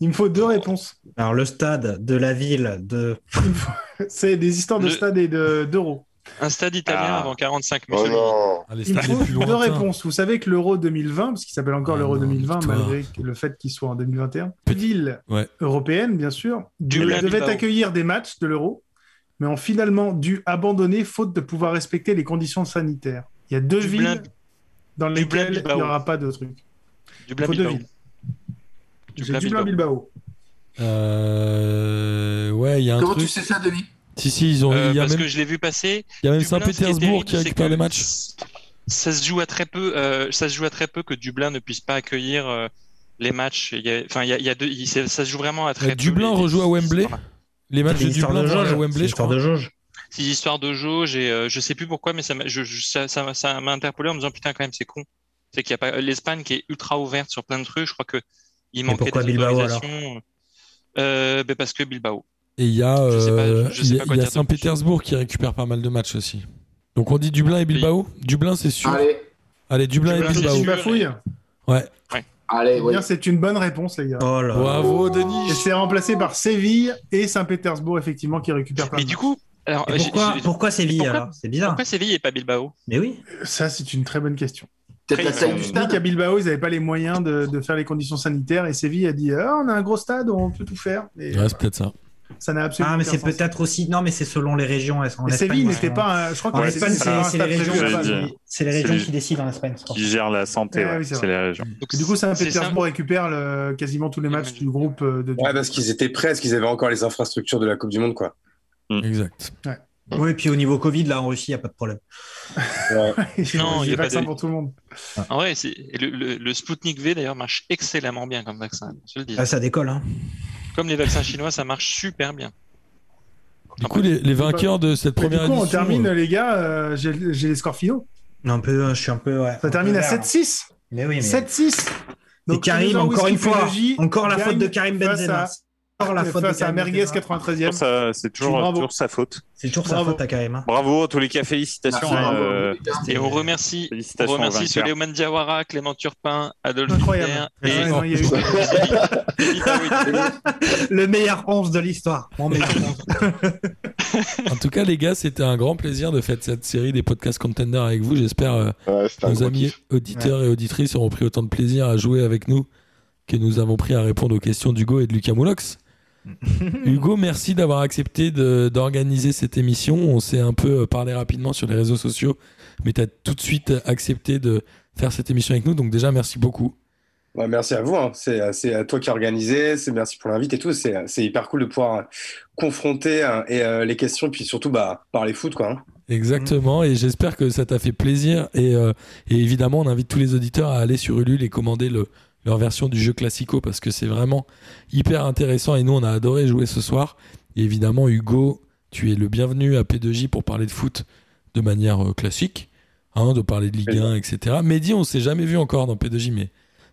Il me faut deux réponses.
Alors, le stade de la ville de.
Il me faut- C'est des histoires de
Le-
stade et de- d'euros.
Un stade italien
Ah.
avant 45
Oh
minutes.
non.
Ah, les
Il me
stades les
faut
plus
deux
lointains.
réponses. Vous savez que l'euro 2020, parce qu'il s'appelle encore
Ah
l'euro
non,
2020,
victoire.
malgré que- le fait qu'il soit en 2021, ville
Ouais.
européenne, bien sûr,
Du
devait
Milan
devait
Bilbao.
accueillir des matchs de l'euro, mais ont finalement dû abandonner faute de pouvoir respecter les conditions sanitaires. Il y a deux
Dublin-
villes dans
Dublin,
lesquelles il n'y
Bilbao.
aura pas de truc.
Du
Il faut deux
Bilbao.
villes.
Du
J'ai
Dublin,
Dublin-Bilbao.
Euh, Ouais, il y a un
Comment
truc.
tu sais ça, Denis
Si, si, ils ont.
Euh,
il y a
parce
même-
que je l'ai vu passer.
il y a même
Dublin, ce qui est terrible,
Saint-Pétersbourg qui
c'est
récupère
que
les matchs.
Ça se joue à très peu. euh, ça se joue à très peu que Dublin ne puisse pas accueillir euh, les matchs. Il y a- Enfin, il y a, il y a deux. il- c'est- ça se joue vraiment à très
Euh,
peu.
Dublin rejoue à Wembley. Les matchs
C'est
de
une histoire
Dublin
de
rejouent à
jauge. C'est
Wembley,
une
je
histoire
crois.
de Ces histoires de jauge et euh, je sais plus pourquoi, mais ça m'a je- je- ça- ça m'a ça m'a interpellé en me disant putain quand même c'est con. C'est qu'il y a pas l'Espagne qui est ultra ouverte sur plein de trucs. Je crois que il manquait
pourquoi
des
Bilbao, alors
autorisations. Euh, ben parce que Bilbao.
Et il y a,
sais pas,
euh,
je- je sais
il y
pas
a-
quoi
il y a
dire de
Saint-Pétersbourg qui récupère pas mal de matchs aussi. Donc on dit Dublin et Bilbao Dublin, c'est sûr.
Allez.
Allez, Dublin,
Dublin,
et
c'est
Bilbao.
sûr. Bafouille.
Ouais.
Eh
Allez,
Bien, C'est une bonne réponse, les gars.
Oh là là.
Bravo, Denis.
Et c'est remplacé par Séville et Saint-Pétersbourg, effectivement, qui récupèrent plein
Mais
de
du
matchs.
coup, alors,
Et
Ah, j'ai-
pourquoi-
j'ai-
pourquoi Séville,
pourquoi-
alors C'est bizarre.
Pourquoi Séville et pas Bilbao
Mais oui.
Ça, c'est une très bonne question.
Peut-être la
Très-
taille du
Je dis
stade.
qu'à Euh, Bilbao, ils n'avaient pas les moyens de, de faire les conditions sanitaires et Séville a dit Ah, on a un gros stade, on peut tout faire. Et
Ouais, c'est peut-être ça.
ça n'a absolument
Ah, mais
aucun
c'est
sens.
peut-être aussi. Non, mais c'est selon les régions. elles sont- En
Et
Espagne,
Séville
elles
n'était
sont-
pas hein. un- Je crois
En
que
Ouais,
Espagne,
c'est ça.
c'est c'est les
J'allais
régions.
dire.
qui- C'est les
C'est
régions
les-
qui décident en Espagne. je crois.
Qui gère la santé,
Ah
ouais,
oui, c'est vrai.
c'est les régions.
Donc,
Et du coup,
c'est
Saint-Pétersbourg
simple.
récupère le- quasiment tous les matchs du groupe euh, de.
Ouais,
<laughs>
parce qu'ils étaient prêts, parce qu'ils avaient encore les infrastructures de la Coupe du Monde, quoi.
Exact.
Oui, et puis au niveau Covid, là, en Russie, il n'y a pas de problème.
Ouais.
Non, il y
il
a pas
vaccin
de-
pour tout le monde.
En vrai, c'est- le, le, le Sputnik V d'ailleurs marche excellemment bien comme vaccin. Je le dis.
Ah, ça décolle. Hein.
Comme les vaccins chinois, ça marche super bien.
Du coup, les, les vainqueurs de cette
Mais du
première
coup, on
édition,
termine,
euh,
les gars, euh, j'ai j'ai les scores finaux.
Un peu, je suis un peu. ouais, un
Ça
peu
termine à
vert, là.
7-6.
Mais oui, mais.
7-6.
Et Karim,
Another
encore
Whiskey
une fois,
Pédagogie
encore la
gagne
faute de Karim
face
Benzema.
à-
Encore la faute de
face à
Karim
Merguez
Benzema.
93e.
Ça, C'est toujours,
Bravo.
toujours sa faute.
C'est toujours
Bravo.
sa faute à
<laughs>
Karim. hein. <laughs>
Bravo, en tous les cas, félicitations.
Bravo,
euh,
les gars.
Et on remercie, on
félicitations
remercie
aux vainqueurs.
Suleiman Diawara, Clément Turpin, Adolphe Hitler
Incroyable.
et
Ouais, non, il y a eu-
David
<laughs>
Hawid.
Le meilleur 11 de l'histoire.
<laughs>
Bon, mais-
en tout cas, les gars, c'était un grand plaisir de faire cette série des podcasts contenders avec vous. J'espère euh,
Ouais, c'était un
nos
gros
amis
kiff.
auditeurs et auditrices auront pris autant de plaisir à jouer avec nous que nous avons pris à répondre aux questions d'Hugo et de Lucas Moulox. Hugo, merci d'avoir accepté de- d'organiser cette émission. On s'est un peu euh, parlé rapidement sur les réseaux sociaux, mais tu as tout de suite accepté de faire cette émission avec nous. Donc déjà, merci beaucoup.
Ouais, merci à vous. hein. C'est euh, c'est à toi qui as organisé. C'est merci pour l'invite et tout. C'est euh, c'est hyper cool de pouvoir euh, confronter hein, et euh, les questions, et puis surtout bah parler foot quoi. hein.
Exactement, et j'espère que ça t'a fait plaisir. Et, euh, et évidemment, on invite tous les auditeurs à aller sur Ulule et commander le- leur version du jeu Classico parce que c'est vraiment hyper intéressant. Et nous, on a adoré jouer ce soir. Et évidemment, Hugo, tu es le bienvenu à P2J pour parler de foot de manière euh, classique, hein, de parler de Ligue 1, etc. Mehdi, on s'est jamais vu encore dans P2J, mais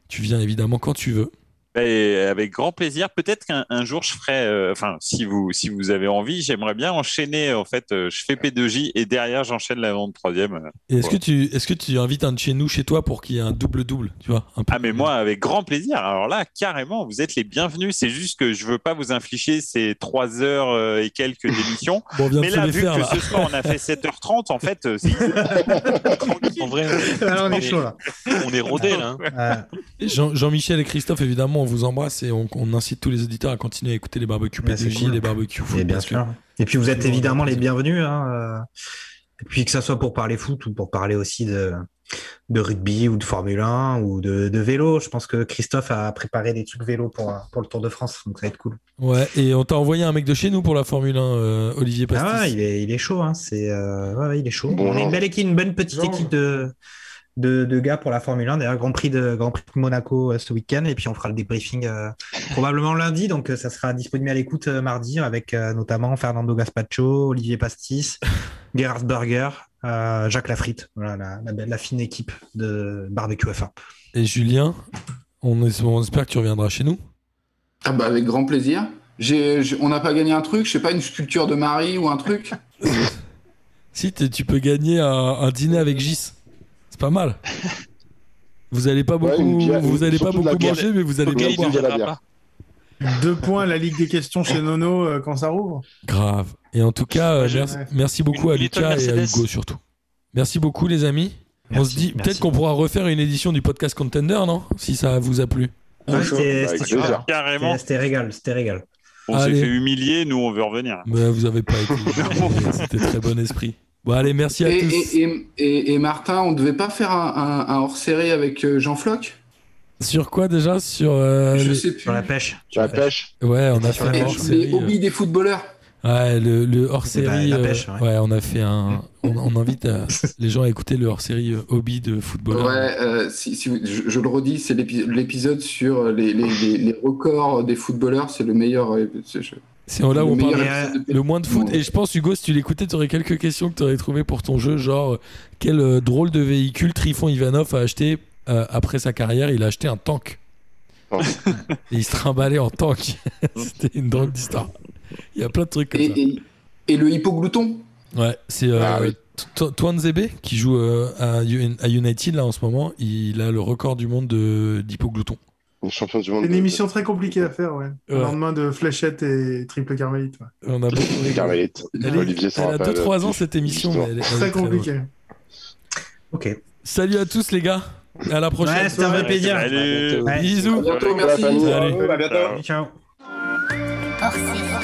tu viens évidemment quand tu veux.
Et Ben, avec grand plaisir. Peut-être qu'un un jour, je ferai, euh, enfin, si vous, si vous avez envie, j'aimerais bien enchaîner. En fait, euh, je fais P2J et derrière, j'enchaîne la vente troisième. euh,
Et est-ce
voilà.
que tu est-ce que tu invites un de chez nous chez toi pour qu'il y ait un double double, tu vois un peu-
Ah mais moi avec grand plaisir. Alors là carrément vous êtes les bienvenus. C'est juste que je veux pas vous infliger ces trois heures euh,
<laughs>
et quelques d'émission.
Bon, on vient de
Mais
se
là
les
vu
faire,
que
là.
ce soir on a fait 7h30 en fait euh, c'est
<laughs>
En
tranquille.
vrai,
Ah, on est
est-
chaud là.
on est rodés là. hein.
Ouais.
Jean- Jean-Michel et Christophe, évidemment, on vous embrasse et on, on incite tous les auditeurs à continuer à écouter les barbecues
Mais c'est
PDJ,
cool.
les barbecues foot.
Et bien
parce que-
sûr. Et puis vous êtes
Toujours
évidemment
avec
les
plaisir.
bienvenus. hein, euh, Et puis que ça soit pour parler foot ou pour parler aussi de, de rugby ou de Formule 1 ou de, de vélo. Je pense que Christophe a préparé des trucs vélo pour, euh, pour le Tour de France, donc ça va être cool.
Ouais, et on t'a envoyé un mec de chez nous pour la Formule 1, euh, Olivier Pastis.
Ah ouais, il est, il est chaud. Hein, c'est, euh, ouais, ouais, il est chaud.
Bon,
On a une
Jean.
belle équipe, une bonne petite
Jean.
équipe de, de, de gars pour la Formule 1. D'ailleurs, Grand Prix de, Grand Prix de Monaco euh, ce week-end. Et puis on fera le débriefing euh, probablement lundi. Donc euh, ça sera disponible à l'écoute euh, mardi avec euh, notamment Fernando Gaspacho, Olivier Pastis, Gerhard Berger, euh, Jacques Lafritte. Voilà la, la, belle- la fine équipe de Barbecue F1.
Et Julien, on, es- on espère que tu reviendras chez nous.
Ah bah, avec grand plaisir. J'ai- j'ai- on n'a pas gagné un truc, je sais pas, une sculpture de Marie ou
<laughs>
un truc.
Si, t'es- tu peux gagner un, un dîner avec Gis. C'est
<laughs>
pas mal. Vous allez pas
Ouais,
beaucoup,
une bière-
vous allez pas
surtout de la
beaucoup
bière.
manger, mais vous allez
Surtout
bien
de la
boire.
bière.
Deux points la Ligue des questions chez Nono euh, quand ça rouvre.
Grave. Et en tout cas, euh,
Je-
merci, merci beaucoup
Une
à
Little
Lucas et à
Mercedes.
Hugo surtout. Merci beaucoup les amis. on
Merci,
se dit
merci.
peut-être qu'on pourra refaire une édition du podcast Contender, non Si ça vous a plu.
Ouais,
chaud.
c'était-
Bah,
c'était
avec
super.
plaisir.
Carrément
C'était- C'était régal, c'était régal.
on s'est
Allez.
fait humilier nous on veut revenir.
Mais vous avez pas été.
<laughs>
C'était très bon esprit. Bon allez, merci
Et,
à tous.
et- et- et- et Martin, on devait pas faire un, un- un hors-série avec euh, Jean Floch
Sur quoi déjà Sur euh,
Je
les-
sais plus. Sur la pêche.
Sur la pêche. Ouais, on a fait un
Les-
hors
les
série. euh,
hobbies des footballeurs.
Ouais, le, le hors
C'était
série.
la- la pêche, ouais.
ouais. on a fait un. On, on invite euh, les gens à écouter le hors série hobby de football.
Ouais, euh, si, si vous- je, je le redis, c'est l'épi- l'épisode sur euh, les, les- les- les records des footballeurs, c'est le meilleur. euh, C'est je-
C'est là où
le
on
meilleur
parle
épisode de-
le moins de foot. Et je pense, Hugo, si tu l'écoutais, tu aurais quelques questions que tu aurais trouvées pour ton jeu. Genre, euh, quel euh, drôle de véhicule Trifon Ivanov a acheté euh, après sa carrière Il a acheté un tank. Et il se trimballait en tank. C'était une drôle d'histoire. Il y a plein de trucs comme ça.
Et, et le hippoglouton
Ouais, c'est euh,
Ah oui.
T- Toan Zebe qui joue euh, à, U- à United là en ce moment. Il a le record du monde de- d'hypoglouton.
Champion du
C'est une émission très compliquée à faire, ouais. Ah Le
Ouais.
lendemain de Fléchette et Triple Carmélite. ouais.
On a beaucoup rigolé.
Carmelite.
Elle, est-
Olivier s'en
elle a
rappelle. euh,
2-3 ans cette émission. mais elle est- elle est
Très compliqué.
drôle. Salut à tous les gars. À la prochaine.
Ouais, c'était un vrai
Salut.
plaisir.
Salut.
Ouais.
Bisous.
À bientôt, merci.
Allez.
Ciao.
Hors série.